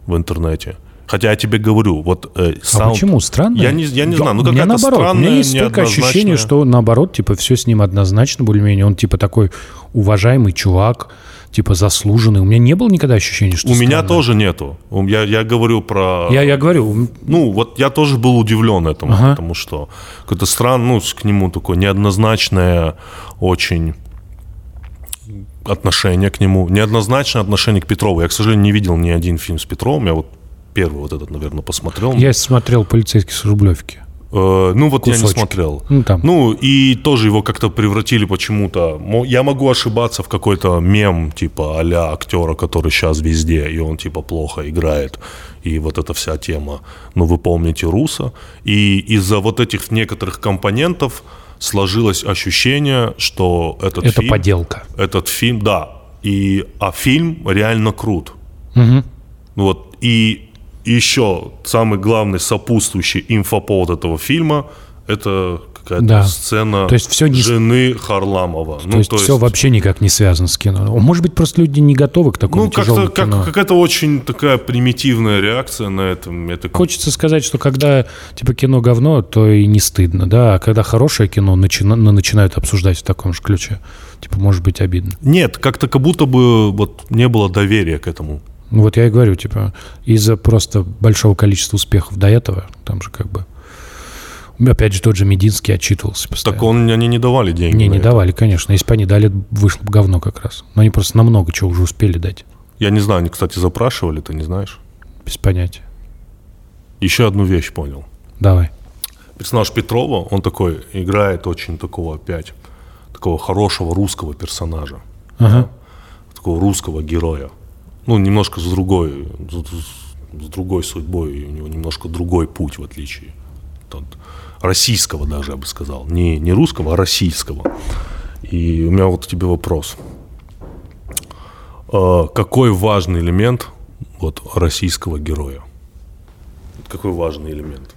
Speaker 2: в интернете. Хотя я тебе говорю, вот э,
Speaker 1: А
Speaker 2: саунд-
Speaker 1: почему? Странно?
Speaker 2: Я не- я не знаю, ну,
Speaker 1: у меня
Speaker 2: какая-то
Speaker 1: наоборот, У меня
Speaker 2: странная,
Speaker 1: есть только
Speaker 2: неоднозначная.
Speaker 1: ощущение, что наоборот, типа, все с ним однозначно более-менее. Он, типа, такой уважаемый чувак, типа, заслуженный. У меня не было никогда ощущения, что
Speaker 2: У меня
Speaker 1: странно.
Speaker 2: тоже нету. У- Я, я говорю про...
Speaker 1: Я, я говорю, м,
Speaker 2: Ну, вот я тоже был удивлен этому,
Speaker 1: Ага.
Speaker 2: потому что какое-то странно, ну, с- к нему такое неоднозначное очень отношение к нему, неоднозначное отношение к Петрову. Я, к сожалению, не видел ни один фильм с Петровым, я вот первый вот этот, наверное, посмотрел.
Speaker 1: я смотрел «Полицейский с Рублевки».
Speaker 2: Э, ну, вот я не
Speaker 1: Кусочки.
Speaker 2: смотрел.
Speaker 1: Ну, там.
Speaker 2: Ну, и тоже его как-то превратили почему-то. Мо- Я могу ошибаться в какой-то мем, типа, а-ля актера, который сейчас везде, и он, типа, плохо играет. И вот эта вся тема. Ну, вы помните Руса. И из-за вот этих некоторых компонентов сложилось ощущение, что этот
Speaker 1: это
Speaker 2: фильм...
Speaker 1: поделка.
Speaker 2: Этот фильм, да. И, а фильм реально крут. Вот. И еще самый главный сопутствующий инфоповод этого фильма – это какая-то
Speaker 1: Да.
Speaker 2: сцена
Speaker 1: То есть всё не-
Speaker 2: жены Харламова. Ну,
Speaker 1: то, есть все вообще никак не связано с кино. Ну, Может быть, просто люди не готовы к такому
Speaker 2: Ну,
Speaker 1: тяжелому
Speaker 2: как-то как,
Speaker 1: кино.
Speaker 2: какая-то очень такая примитивная реакция на это. это как-
Speaker 1: Хочется сказать, что когда типа кино говно, то и не стыдно, да. А когда хорошее кино начина- ну, начинают обсуждать в таком же ключе, типа может быть обидно.
Speaker 2: Нет, как-то как будто бы вот не было доверия к этому.
Speaker 1: Ну, вот я и говорю, типа, из-за просто большого количества успехов до этого, там же как бы... Опять же, тот же Мединский отчитывался постоянно.
Speaker 2: Так он, они не давали деньги.
Speaker 1: Не,
Speaker 2: на
Speaker 1: не
Speaker 2: это.
Speaker 1: давали, конечно. Если бы они дали, вышло бы говно как раз. Но они просто намного чего уже успели дать,
Speaker 2: Я не знаю, они, кстати, запрашивали, ты не знаешь.
Speaker 1: без понятия.
Speaker 2: Еще одну вещь понял.
Speaker 1: Давай.
Speaker 2: персонаж Петрова, он такой играет очень такого опять, такого хорошего русского персонажа,
Speaker 1: Ага.
Speaker 2: такого русского героя. Ну, немножко с другой, с, с другой судьбой, и у него немножко другой путь, в отличие от российского даже, я бы сказал. Не, не русского, а российского. И у меня вот к тебе вопрос. Э, какой важный элемент вот российского героя? Какой важный элемент?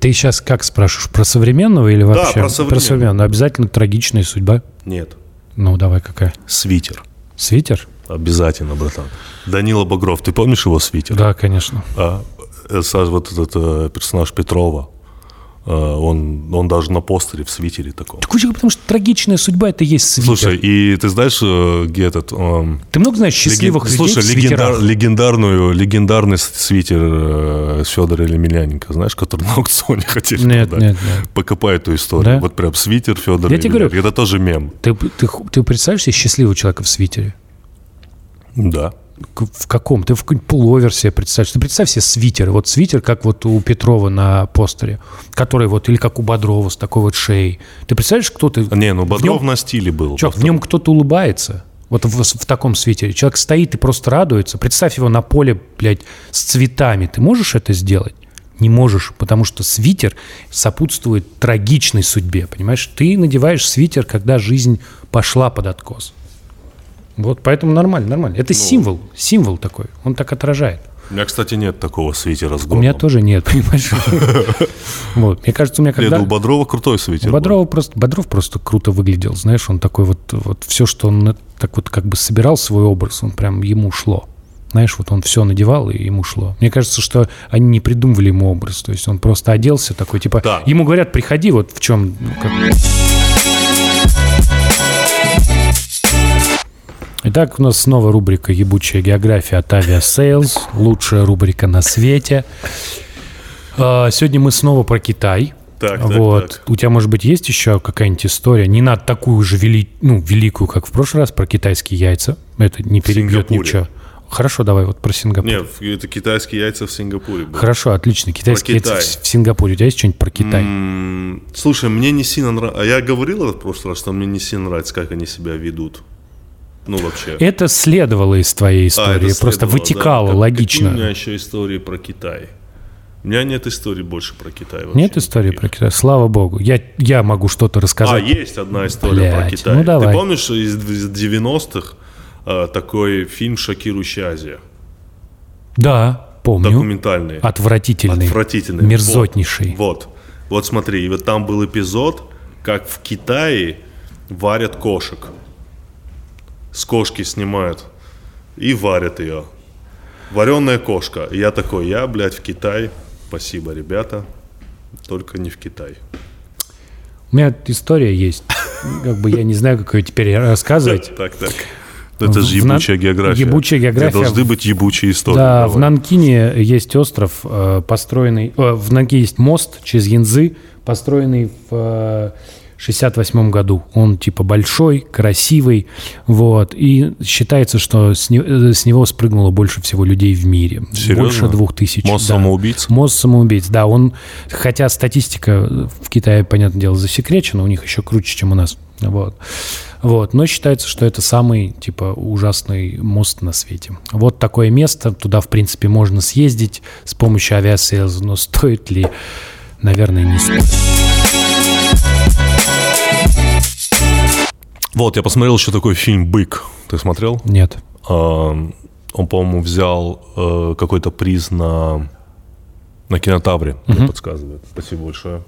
Speaker 1: Ты сейчас как спрашиваешь? Про современного или вообще?
Speaker 2: про современного.
Speaker 1: Обязательно трагичная судьба.
Speaker 2: Нет.
Speaker 1: Ну, давай, какая?
Speaker 2: Свитер.
Speaker 1: Свитер?
Speaker 2: Обязательно, братан. Данила Багров, ты помнишь его свитер?
Speaker 1: Да, конечно.
Speaker 2: А, э, Саш, вот этот э, персонаж Петрова. Он, он даже на постере в свитере таком.
Speaker 1: Так, потому что трагичная судьба это и есть свитер.
Speaker 2: Слушай, и ты знаешь, э, где этот... эм,
Speaker 1: Ты много знаешь счастливых
Speaker 2: леген-
Speaker 1: людей
Speaker 2: Слушай,
Speaker 1: в
Speaker 2: легендар-
Speaker 1: свитерах?
Speaker 2: легендарную, легендарный с- свитер э, Федора Емельяненко, знаешь, который на аукционе хотели
Speaker 1: Нет,
Speaker 2: продать?
Speaker 1: нет, нет.
Speaker 2: Покупай эту историю.
Speaker 1: Да?
Speaker 2: Вот прям свитер Федора
Speaker 1: Я тебе
Speaker 2: Емельяненко.
Speaker 1: говорю.
Speaker 2: Это тоже мем.
Speaker 1: Ты, ты, ты представляешь себе счастливого человека в свитере?
Speaker 2: Да.
Speaker 1: К- В каком? Ты в какой-нибудь пуловер себе представишь. Ты представь себе свитер. Вот свитер, как вот у Петрова на постере. Который вот, или как у Бодрова с такой вот шеей. Ты представляешь, кто ты...
Speaker 2: Не, ну
Speaker 1: в
Speaker 2: Бодров
Speaker 1: нем-
Speaker 2: на стиле был.
Speaker 1: Чувак, в нем кто-то улыбается. Вот в, в таком свитере. Человек стоит и просто радуется. Представь его на поле, блядь, с цветами. Ты можешь это сделать? Не можешь, потому что свитер сопутствует трагичной судьбе, понимаешь? Ты надеваешь свитер, когда жизнь пошла под откос. Вот, поэтому нормально, нормально. Это символ, символ такой. Он так отражает.
Speaker 2: У меня, кстати, нет такого свитера с
Speaker 1: У
Speaker 2: горлом.
Speaker 1: меня тоже нет, понимаешь? Вот, мне кажется, у меня
Speaker 2: Нет,
Speaker 1: когда...
Speaker 2: у Бодрова крутой свитер.
Speaker 1: У
Speaker 2: был.
Speaker 1: Бодрова просто, Бодров просто круто выглядел, знаешь, он такой вот, вот все, что он так вот как бы собирал свой образ, он прям ему шло. Знаешь, вот он все надевал, и ему шло. Мне кажется, что они не придумывали ему образ. То есть он просто оделся такой, типа...
Speaker 2: Да.
Speaker 1: Ему говорят, приходи, вот в ну, чем... Итак, у нас снова рубрика «Ебучая география» от Aviasales. Лучшая рубрика на свете. А, Сегодня мы снова про Китай.
Speaker 2: Так, так,
Speaker 1: вот.
Speaker 2: так.
Speaker 1: У тебя, может быть, есть еще какая-нибудь история? Не надо такую же вели... ну, великую, как в прошлый раз, про китайские яйца. Это не перебьет
Speaker 2: Сингапуре.
Speaker 1: ничего. Хорошо, давай вот про Сингапур.
Speaker 2: Нет, это китайские яйца в Сингапуре. были.
Speaker 1: Хорошо, отлично. Китайские
Speaker 2: Китай.
Speaker 1: яйца в в Сингапуре. У тебя есть что-нибудь про Китай?
Speaker 2: М, Слушай, мне не сильно нравится. А я говорил это в прошлый раз, что мне не сильно нравится, как они себя ведут. Ну, вообще.
Speaker 1: Это следовало из твоей
Speaker 2: А, это
Speaker 1: истории. Просто
Speaker 2: следовало,
Speaker 1: вытекало,
Speaker 2: да. Как-
Speaker 1: логично.
Speaker 2: какие у меня еще истории про Китай. У меня нет истории больше про Китай. вообще
Speaker 1: Нет истории
Speaker 2: никаких.
Speaker 1: про Китай? Слава богу. Я, я могу что-то
Speaker 2: А,
Speaker 1: рассказать.
Speaker 2: есть одна история
Speaker 1: Блядь,
Speaker 2: про Китай.
Speaker 1: ну давай.
Speaker 2: Ты помнишь из из 90-х э, такой фильм «Шокирующая Азия»?
Speaker 1: Да, помню.
Speaker 2: Документальный.
Speaker 1: Отвратительный.
Speaker 2: Отвратительный.
Speaker 1: Мерзотнейший.
Speaker 2: Вот. Вот смотри, и вот там был эпизод, как в Китае варят кошек. С кошки снимают и варят ее. Вареная кошка. И я такой, я, блядь, в Китай. Спасибо, ребята. Только не в Китай.
Speaker 1: У меня история есть. Как бы я не знаю, как ее теперь рассказывать.
Speaker 2: Так, так. Это же
Speaker 1: В на-
Speaker 2: ебучая география.
Speaker 1: ебучая
Speaker 2: Где
Speaker 1: география.
Speaker 2: должны быть ебучие истории.
Speaker 1: Да,
Speaker 2: Давай.
Speaker 1: в Нанкине есть остров, э, построенный... э, В Нанкине есть мост через Янзы, построенный в э, 68 году. Он типа большой, красивый, вот. И считается, что с, не- э, с него спрыгнуло больше всего людей в мире.
Speaker 2: Серьезно?
Speaker 1: Больше двух тысяч.
Speaker 2: Мост
Speaker 1: да.
Speaker 2: самоубийц?
Speaker 1: Мост самоубийц, да. Он, хотя статистика в Китае, понятное дело, засекречена, у них еще круче, чем у нас. Вот. Вот. Но считается, что это самый, типа, ужасный мост на свете. Вот такое место. Туда, в принципе, можно съездить с помощью авиасейлза, но стоит ли? Наверное, не стоит.
Speaker 2: Вот, я посмотрел еще такой фильм «Бык». Ты смотрел?
Speaker 1: Нет.
Speaker 2: Эм, он, по-моему, взял э, какой-то приз на, на кинотавре, мне подсказывает. Спасибо большое.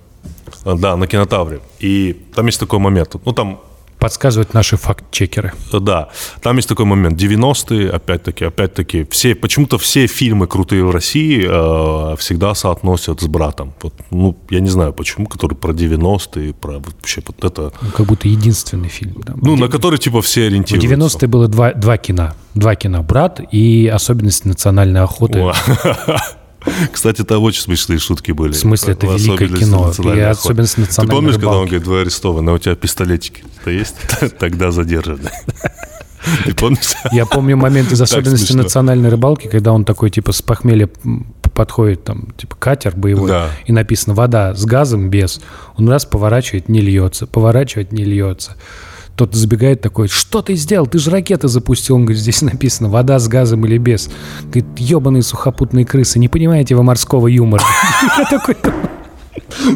Speaker 2: А, Да, на кинотавре. И там есть такой момент. Ну, там,
Speaker 1: Подсказывают наши факт-чекеры.
Speaker 2: э, да, там есть такой момент. 90-е, опять-таки, опять-таки, все, почему-то все фильмы крутые в России э, всегда соотносят с братом. Вот, ну, я не знаю почему, который про 90-е, про вот вообще вот это.
Speaker 1: Ну, Как будто единственный фильм. да.
Speaker 2: Ну, на который, типа, все
Speaker 1: В
Speaker 2: ориентируются.
Speaker 1: 90-е было два, два кино. Два кино «Брат» и «Особенности национальной охоты».
Speaker 2: О. Кстати, там очень смешные шутки были. В
Speaker 1: смысле, это великое
Speaker 2: особенности
Speaker 1: кино,
Speaker 2: национальной
Speaker 1: и
Speaker 2: охоты.
Speaker 1: особенности
Speaker 2: Ты
Speaker 1: национальной
Speaker 2: помнишь, когда он
Speaker 1: рыбалки?
Speaker 2: говорит, вы арестованы, а у тебя пистолетики-то есть? Тогда задержаны. Ты помнишь?
Speaker 1: Я помню момент из особенностей
Speaker 2: смешно.
Speaker 1: национальной рыбалки, когда он такой, типа, с похмелья м, подходит, там, типа, катер боевой,
Speaker 2: Да.
Speaker 1: и написано «вода с газом, без». Он раз поворачивает, не льется, поворачивает, не льется. Тот забегает такой, что ты сделал? Ты же ракеты запустил. Он говорит, здесь написано «вода с газом или без». Говорит, ебаные сухопутные крысы, не понимаете вы морского юмора? Я такой,
Speaker 2: Да,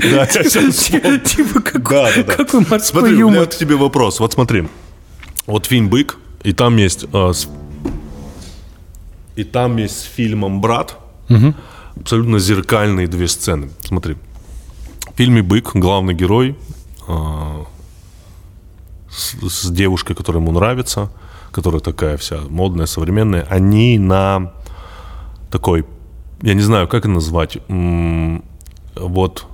Speaker 2: я сейчас вспомнил.
Speaker 1: типа,
Speaker 2: Да, да,
Speaker 1: какой
Speaker 2: да.
Speaker 1: какой морской
Speaker 2: Смотри, у меня
Speaker 1: юмор?
Speaker 2: к тебе вопрос. Вот смотри. Вот фильм «Бык», и там есть... э, с- И там есть с фильмом «Брат» абсолютно зеркальные две сцены. Смотри. В фильме «Бык» главный герой э, с, с девушкой, которая ему нравится, которая такая вся модная, современная, они на такой, я не знаю, как это назвать, м, вот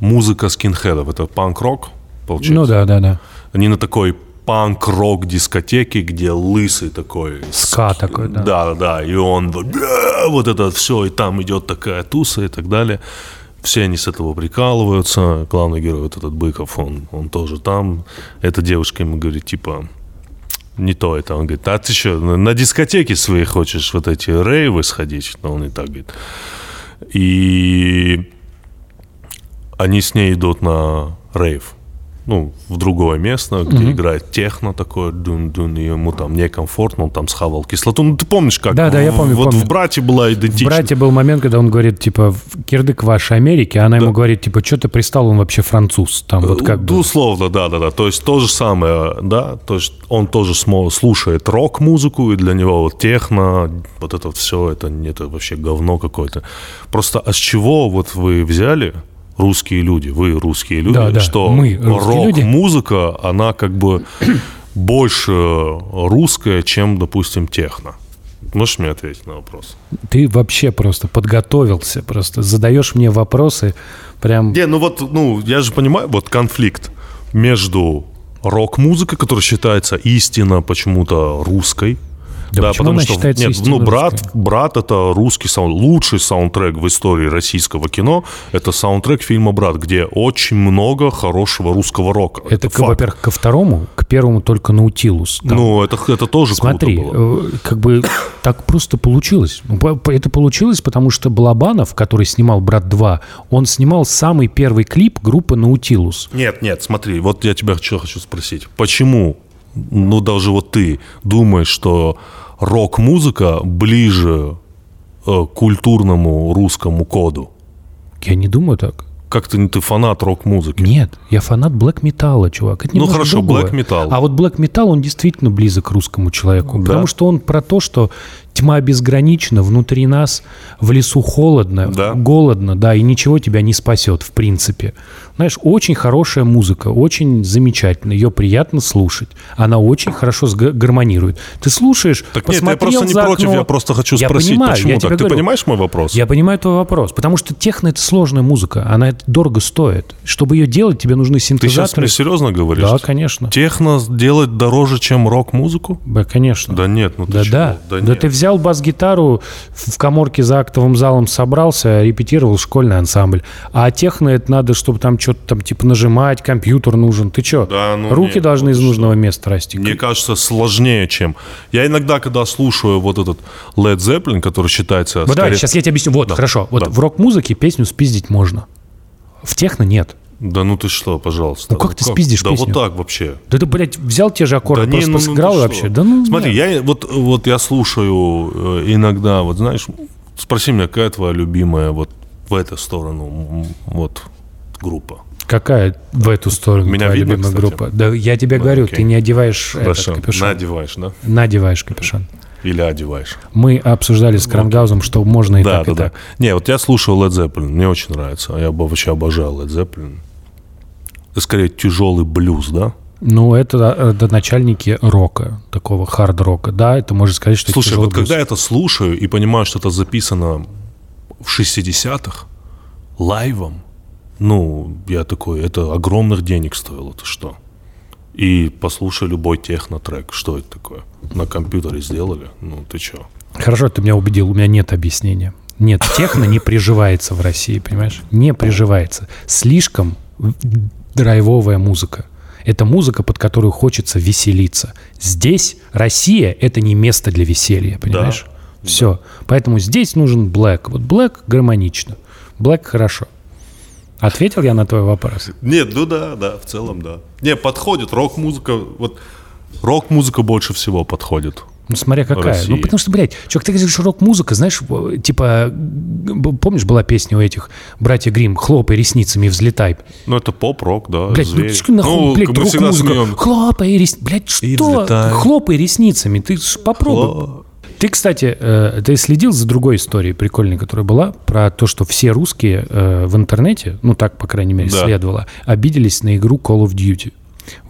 Speaker 2: музыка скинхедов. Это панк-рок, получается?
Speaker 1: Ну да, да, да.
Speaker 2: Они на такой панк-рок дискотеке, где лысый такой.
Speaker 1: Ска
Speaker 2: ски-
Speaker 1: такой, да.
Speaker 2: Да, да, и он вот, «Бля!» вот это все, и там идет такая туса и так далее. Все они с этого прикалываются. Главный герой, вот этот Быков, он, он тоже там. Эта девушка ему говорит, типа, не то это. Он говорит, а ты что, на на дискотеке свои хочешь вот эти рейвы сходить? Но он и так говорит. И они с ней идут на рейв. Ну, в другое место, где играет техно такое, дун-дун, и ему там некомфортно, он там схавал кислоту. Ну, ты помнишь, как?
Speaker 1: Да, да, я
Speaker 2: в-
Speaker 1: помню,
Speaker 2: Вот
Speaker 1: помню.
Speaker 2: в «Брате» была
Speaker 1: В
Speaker 2: идентична.
Speaker 1: «Брате» был момент, когда он говорит, типа, «В- кирдык вашей Америки, а она ему говорит, типа, что ты пристал, он вообще француз. Там вот как
Speaker 2: Ну,
Speaker 1: бы...
Speaker 2: Условно, да, да, да. То есть то же самое, да. То есть он тоже смо- слушает рок-музыку, и для него вот техно, вот это вот все, это, не- это вообще говно какое-то. Просто а с чего вот вы взяли русские люди, вы русские люди,
Speaker 1: Да, да,
Speaker 2: что
Speaker 1: мы русские люди.
Speaker 2: рок-музыка, она как бы больше русская, чем, допустим, техно? Можешь мне ответить на вопрос?
Speaker 1: Ты вообще просто подготовился, просто задаешь мне вопросы, прям...
Speaker 2: Не, ну вот, ну, я же понимаю, вот конфликт между рок-музыкой, которая считается истинно почему-то русской.
Speaker 1: Да почему она считается
Speaker 2: нет,
Speaker 1: истинно
Speaker 2: ну брат,
Speaker 1: русской?
Speaker 2: брат это русский саунд, лучший саундтрек в истории российского кино. Это саундтрек фильма "Брат", где очень много хорошего русского рока.
Speaker 1: Это, к-
Speaker 2: факт.
Speaker 1: во-первых, ко второму, к первому только Наутилус. там.
Speaker 2: Ну это это тоже
Speaker 1: Смотри,
Speaker 2: круто было.
Speaker 1: э, как бы так просто получилось. Ну, по- по- Это получилось, потому что Балабанов, который снимал «Брат 2», он снимал самый первый клип группы «Наутилус».
Speaker 2: Нет, нет, смотри, вот я тебя что хочу спросить. Почему, ну даже вот ты думаешь, что рок-музыка ближе э, к культурному русскому коду?
Speaker 1: Я не думаю так.
Speaker 2: Как ты, ты фанат рок-музыки?
Speaker 1: Нет, я фанат блэк металла, чувак. Это
Speaker 2: Ну
Speaker 1: немножко
Speaker 2: хорошо,
Speaker 1: другое.
Speaker 2: black metal.
Speaker 1: А вот блэк металл, он действительно близок к русскому человеку.
Speaker 2: Да.
Speaker 1: Потому что он про то, что тьма безгранична, внутри нас, в лесу холодно,
Speaker 2: Да.
Speaker 1: голодно, да, и ничего тебя не спасет, в принципе. Знаешь, очень хорошая музыка, очень замечательно, ее приятно слушать. Она очень хорошо сга- гармонирует. Ты слушаешь,
Speaker 2: Так нет, я
Speaker 1: посмотрел
Speaker 2: просто не
Speaker 1: за
Speaker 2: против,
Speaker 1: окно.
Speaker 2: я просто хочу
Speaker 1: Я
Speaker 2: спросить,
Speaker 1: понимаю,
Speaker 2: почему
Speaker 1: я
Speaker 2: так?
Speaker 1: тебе
Speaker 2: Ты
Speaker 1: говорю.
Speaker 2: понимаешь мой вопрос?
Speaker 1: Я понимаю твой вопрос, потому что техно это сложная музыка, она дорого стоит. Чтобы ее делать, тебе нужны
Speaker 2: Ты сейчас
Speaker 1: синтезаторы.
Speaker 2: мне серьезно говоришь?
Speaker 1: Да, конечно.
Speaker 2: Техно делать дороже, чем рок-музыку?
Speaker 1: Да, конечно.
Speaker 2: Да нет, ну ты
Speaker 1: да,
Speaker 2: чего?
Speaker 1: да. Да,
Speaker 2: нет.
Speaker 1: ты взял бас-гитару, в в коморке за актовым залом собрался, а репетировал школьный ансамбль. А техно это надо, чтобы там что-то там типа нажимать, компьютер нужен. Ты что?
Speaker 2: Да, ну
Speaker 1: Руки
Speaker 2: нет,
Speaker 1: должны
Speaker 2: ну
Speaker 1: из
Speaker 2: ты
Speaker 1: нужного места расти.
Speaker 2: Мне кажется, сложнее, чем... Я иногда, когда слушаю вот этот Led Zeppelin, который считается...
Speaker 1: Вот давай,
Speaker 2: скорее-
Speaker 1: сейчас я тебе объясню. Вот,
Speaker 2: Да,
Speaker 1: хорошо. Вот
Speaker 2: да.
Speaker 1: в рок-музыке песню спиздить можно. В техно нет.
Speaker 2: Да ну ты что, пожалуйста.
Speaker 1: Ну как ты спиздишь
Speaker 2: Да
Speaker 1: песню?
Speaker 2: вот так вообще.
Speaker 1: Да ты, блядь, взял те же аккорды,
Speaker 2: Да не,
Speaker 1: просто
Speaker 2: ну, ну ты
Speaker 1: сыграл и
Speaker 2: что?
Speaker 1: вообще. Да ну,
Speaker 2: Смотри,
Speaker 1: нет.
Speaker 2: я вот, вот я слушаю э, иногда, вот знаешь, спроси меня, какая твоя любимая вот в эту сторону м, вот группа?
Speaker 1: Какая в эту сторону
Speaker 2: Меня
Speaker 1: твоя
Speaker 2: видно,
Speaker 1: любимая
Speaker 2: кстати? Ну,
Speaker 1: группа? Да я тебе говорю,
Speaker 2: окей.
Speaker 1: ты не одеваешь этот
Speaker 2: Хорошо.
Speaker 1: капюшон.
Speaker 2: Надеваешь, да?
Speaker 1: Надеваешь капюшон.
Speaker 2: Или одеваешь?
Speaker 1: Мы обсуждали с Крангаузом, что можно и
Speaker 2: да,
Speaker 1: так, и
Speaker 2: да,
Speaker 1: так.
Speaker 2: да. Не, вот я слушал Led Zeppelin, мне очень нравится. Я бы вообще обожал Led Zeppelin. Это скорее тяжелый блюз, да?
Speaker 1: Ну, это э, до начальники рока, такого хард-рока. Да, это можно сказать, что это
Speaker 2: Слушай,
Speaker 1: тяжелый
Speaker 2: вот когда
Speaker 1: блюз.
Speaker 2: я это слушаю и понимаю, что это записано в 60-х, лайвом, ну, я такой, это огромных денег стоило, ты что? И послушай любой техно-трек, что это такое? На компьютере сделали? Ну, ты чё?
Speaker 1: Хорошо, ты меня убедил, у меня нет объяснения. Нет, техно не приживается в России, понимаешь? Не приживается. Слишком в- драйвовая музыка. Это музыка, под которую хочется веселиться. Здесь Россия — это не место для веселья, понимаешь? Все. Поэтому здесь нужен блэк. Вот блэк гармонично. Блэк хорошо. Ответил я на твой вопрос?
Speaker 2: Нет, ну да, да, в целом да. Не, подходит рок-музыка, вот рок-музыка больше всего подходит.
Speaker 1: Ну, смотря какая.
Speaker 2: России.
Speaker 1: Ну, потому что, блядь, чувак, ты говоришь, рок-музыка, знаешь, в- типа, б- помнишь, была песня у этих братья Грим «Хлопай ресницами, взлетай».
Speaker 2: Ну, это поп-рок, да,
Speaker 1: Блядь, ну,
Speaker 2: зверь.
Speaker 1: ты что нахуй,
Speaker 2: Ну,
Speaker 1: блядь,
Speaker 2: мы всегда
Speaker 1: рок-музыка?
Speaker 2: смеем.
Speaker 1: Хлопай ресницами. Блядь,
Speaker 2: И
Speaker 1: что?
Speaker 2: взлетай.
Speaker 1: Хлопай ресницами, ты ж попробуй.
Speaker 2: Хлоп.
Speaker 1: Ты, кстати, э, ты следил за другой историей прикольной, которая была, про то, что все русские э, в интернете, ну так, по крайней мере,
Speaker 2: Да.
Speaker 1: следовало, обиделись на игру Call of Duty.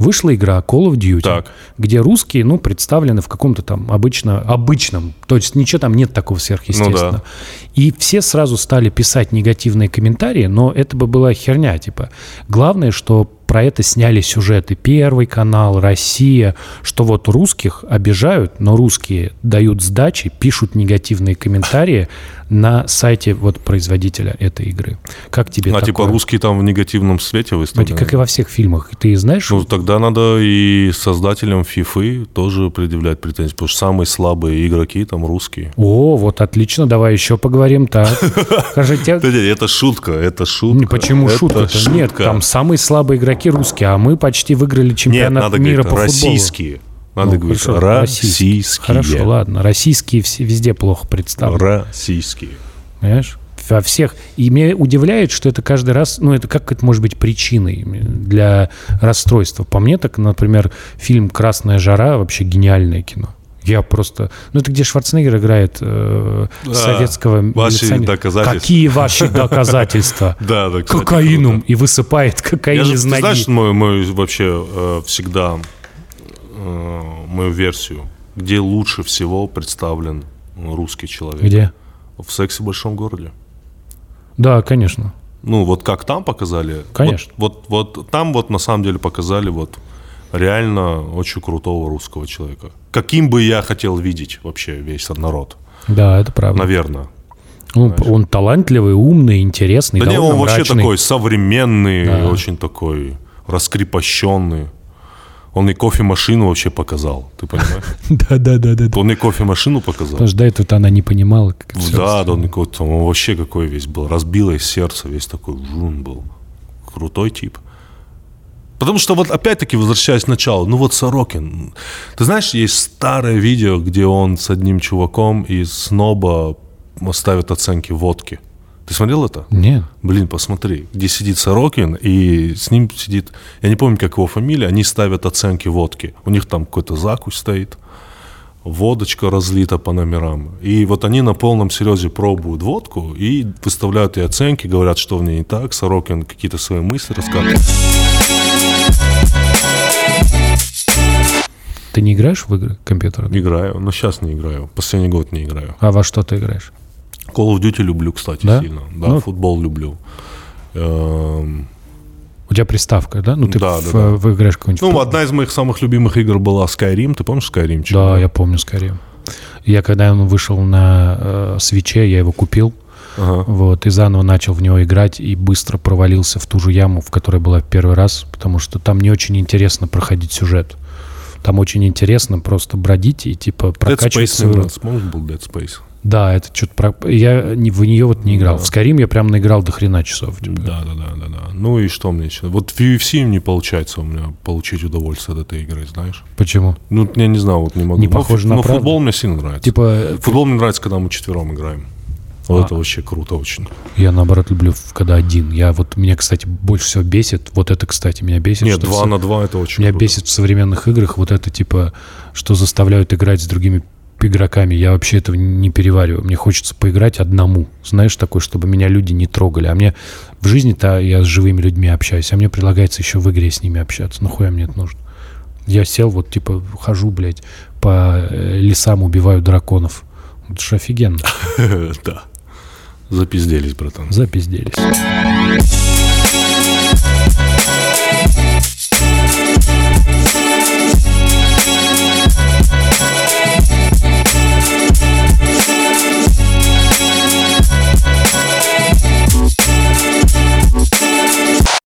Speaker 1: Вышла игра Call of Duty,
Speaker 2: Так.
Speaker 1: где русские, ну, представлены в каком-то там обычно, обычном, то есть ничего там нет такого сверхъестественного.
Speaker 2: Ну да.
Speaker 1: И все сразу стали писать негативные комментарии, но это бы была херня, типа. Главное, что про это сняли сюжеты Первый канал, Россия, что вот русских обижают, но русские дают сдачи, пишут негативные комментарии на сайте вот производителя этой игры. Как тебе
Speaker 2: а
Speaker 1: такое?
Speaker 2: типа русские там в негативном свете
Speaker 1: Вроде
Speaker 2: выставлены.
Speaker 1: как и во всех фильмах. Ты знаешь,
Speaker 2: Ну, тогда надо и создателям ФИФы тоже предъявлять претензии, потому что самые слабые игроки там русские.
Speaker 1: О, вот отлично, давай еще поговорим. Так, Скажи, те-
Speaker 2: Да нет, это шутка, это шутка.
Speaker 1: Не, Почему
Speaker 2: это
Speaker 1: шутка-то? Нет,
Speaker 2: шутка.
Speaker 1: там самые слабые игроки русские, а мы почти выиграли
Speaker 2: Нет,
Speaker 1: чемпионат
Speaker 2: надо
Speaker 1: мира
Speaker 2: говорить
Speaker 1: по футболу.
Speaker 2: российские. Надо
Speaker 1: Ну,
Speaker 2: говорить
Speaker 1: хорошо,
Speaker 2: российские.
Speaker 1: Хорошо, ладно. Российские все- везде плохо представлены.
Speaker 2: Российские.
Speaker 1: Понимаешь? Во всех. И меня удивляет, что это каждый раз, ну, это как это может быть причиной для расстройства. По мне, так, например, фильм «Красная жара» вообще гениальное кино. Я просто... Ну, это где Шварценеггер играет э,
Speaker 2: Да,
Speaker 1: советского
Speaker 2: ваши
Speaker 1: милиционера.
Speaker 2: доказательства.
Speaker 1: Какие ваши доказательства?
Speaker 2: Да, да, кстати,
Speaker 1: Кокаином и высыпает кокаин
Speaker 2: Я же,
Speaker 1: из
Speaker 2: ты
Speaker 1: ноги.
Speaker 2: знаешь, мою, мою вообще э, всегда э, мою версию, где лучше всего представлен русский человек?
Speaker 1: Где?
Speaker 2: В сексе в большом городе.
Speaker 1: Да, конечно.
Speaker 2: Ну, вот как там показали.
Speaker 1: Конечно.
Speaker 2: Вот, вот, вот там вот на самом деле показали вот реально очень крутого русского человека. Каким бы я хотел видеть вообще весь народ,
Speaker 1: Да, это правда.
Speaker 2: наверное.
Speaker 1: Ну, он талантливый, умный, интересный,
Speaker 2: Да не,
Speaker 1: довольно
Speaker 2: он вообще
Speaker 1: мрачный.
Speaker 2: такой современный,
Speaker 1: Да.
Speaker 2: очень такой раскрепощенный. Он и кофемашину вообще показал, ты понимаешь?
Speaker 1: Да, да, да, да. да.
Speaker 2: Он и кофемашину показал.
Speaker 1: Потому что до этого она не понимала, как это всё
Speaker 2: Ну Да, да, он, какой-то там, он вообще какой весь был. Разбило из сердца, весь такой жун был. Крутой тип. Потому что вот опять-таки, возвращаясь к началу, ну вот Сорокин. Ты знаешь, есть старое видео, где он с одним чуваком из сноба ставит оценки водки. Ты смотрел это?
Speaker 1: Нет.
Speaker 2: Блин, посмотри, где сидит Сорокин, и с ним сидит, я не помню, как его фамилия, они ставят оценки водки. У них там какой-то закусь стоит, водочка разлита по номерам. И вот они на полном серьезе пробуют водку и выставляют ей оценки, говорят, что в ней не так. Сорокин какие-то свои мысли рассказывает.
Speaker 1: Ты не играешь в игры компьютерные?
Speaker 2: Играю, но сейчас не играю, последний год не играю.
Speaker 1: А во что ты играешь?
Speaker 2: Call of Duty люблю, кстати,
Speaker 1: Да?
Speaker 2: сильно. Да,
Speaker 1: Ну.
Speaker 2: футбол люблю. Эм,
Speaker 1: У тебя приставка, да? Ну, ты
Speaker 2: Да,
Speaker 1: в,
Speaker 2: да, да.
Speaker 1: в- играешь какую-нибудь...
Speaker 2: Ну, одна из моих самых любимых игр была Skyrim. Ты помнишь Skyrim? чё?
Speaker 1: Да, я помню скорее. Я когда он вышел на э, свече, я его купил.
Speaker 2: Ага.
Speaker 1: Вот, и заново начал в него играть и быстро провалился в ту же яму, в которой была в первый раз, потому что там не очень интересно проходить сюжет. Там очень интересно просто бродить и типа
Speaker 2: Dead
Speaker 1: прокачивать
Speaker 2: Space,
Speaker 1: свою-
Speaker 2: наверное, сможешь был Dead Space?
Speaker 1: Да, это что-то про... Я не- в нее вот не играл. В Skyrim я прям наиграл до хрена часов.
Speaker 2: Да, да, да, да, да. Ну и что мне еще? Вот в UFC не получается у меня получить удовольствие от этой игры, знаешь?
Speaker 1: Почему?
Speaker 2: Ну, я не знаю, вот не могу.
Speaker 1: Не
Speaker 2: Но
Speaker 1: похоже
Speaker 2: фу-
Speaker 1: на
Speaker 2: Но
Speaker 1: правду.
Speaker 2: футбол мне сильно нравится.
Speaker 1: Типа,
Speaker 2: Футбол мне нравится, когда мы четвером играем. Вот
Speaker 1: А.
Speaker 2: это вообще круто очень.
Speaker 1: я наоборот люблю, когда один. Я вот, меня, кстати, больше всего бесит. Вот это, кстати, меня бесит.
Speaker 2: Нет,
Speaker 1: Типа, что
Speaker 2: два
Speaker 1: все-
Speaker 2: на два это очень
Speaker 1: Меня
Speaker 2: круто.
Speaker 1: бесит в современных играх вот это, типа, что заставляют играть с другими игроками. Я вообще этого не перевариваю. Мне хочется поиграть одному. Знаешь, такой, чтобы меня люди не трогали. А мне в жизни-то я с живыми людьми общаюсь, а мне предлагается еще в игре с ними общаться. Нахуя мне это нужно? Я сел, вот, типа, хожу, блядь, по э, лесам убиваю драконов. Это ж офигенно.
Speaker 2: Да. Запизделись, братан.
Speaker 1: Запизделись.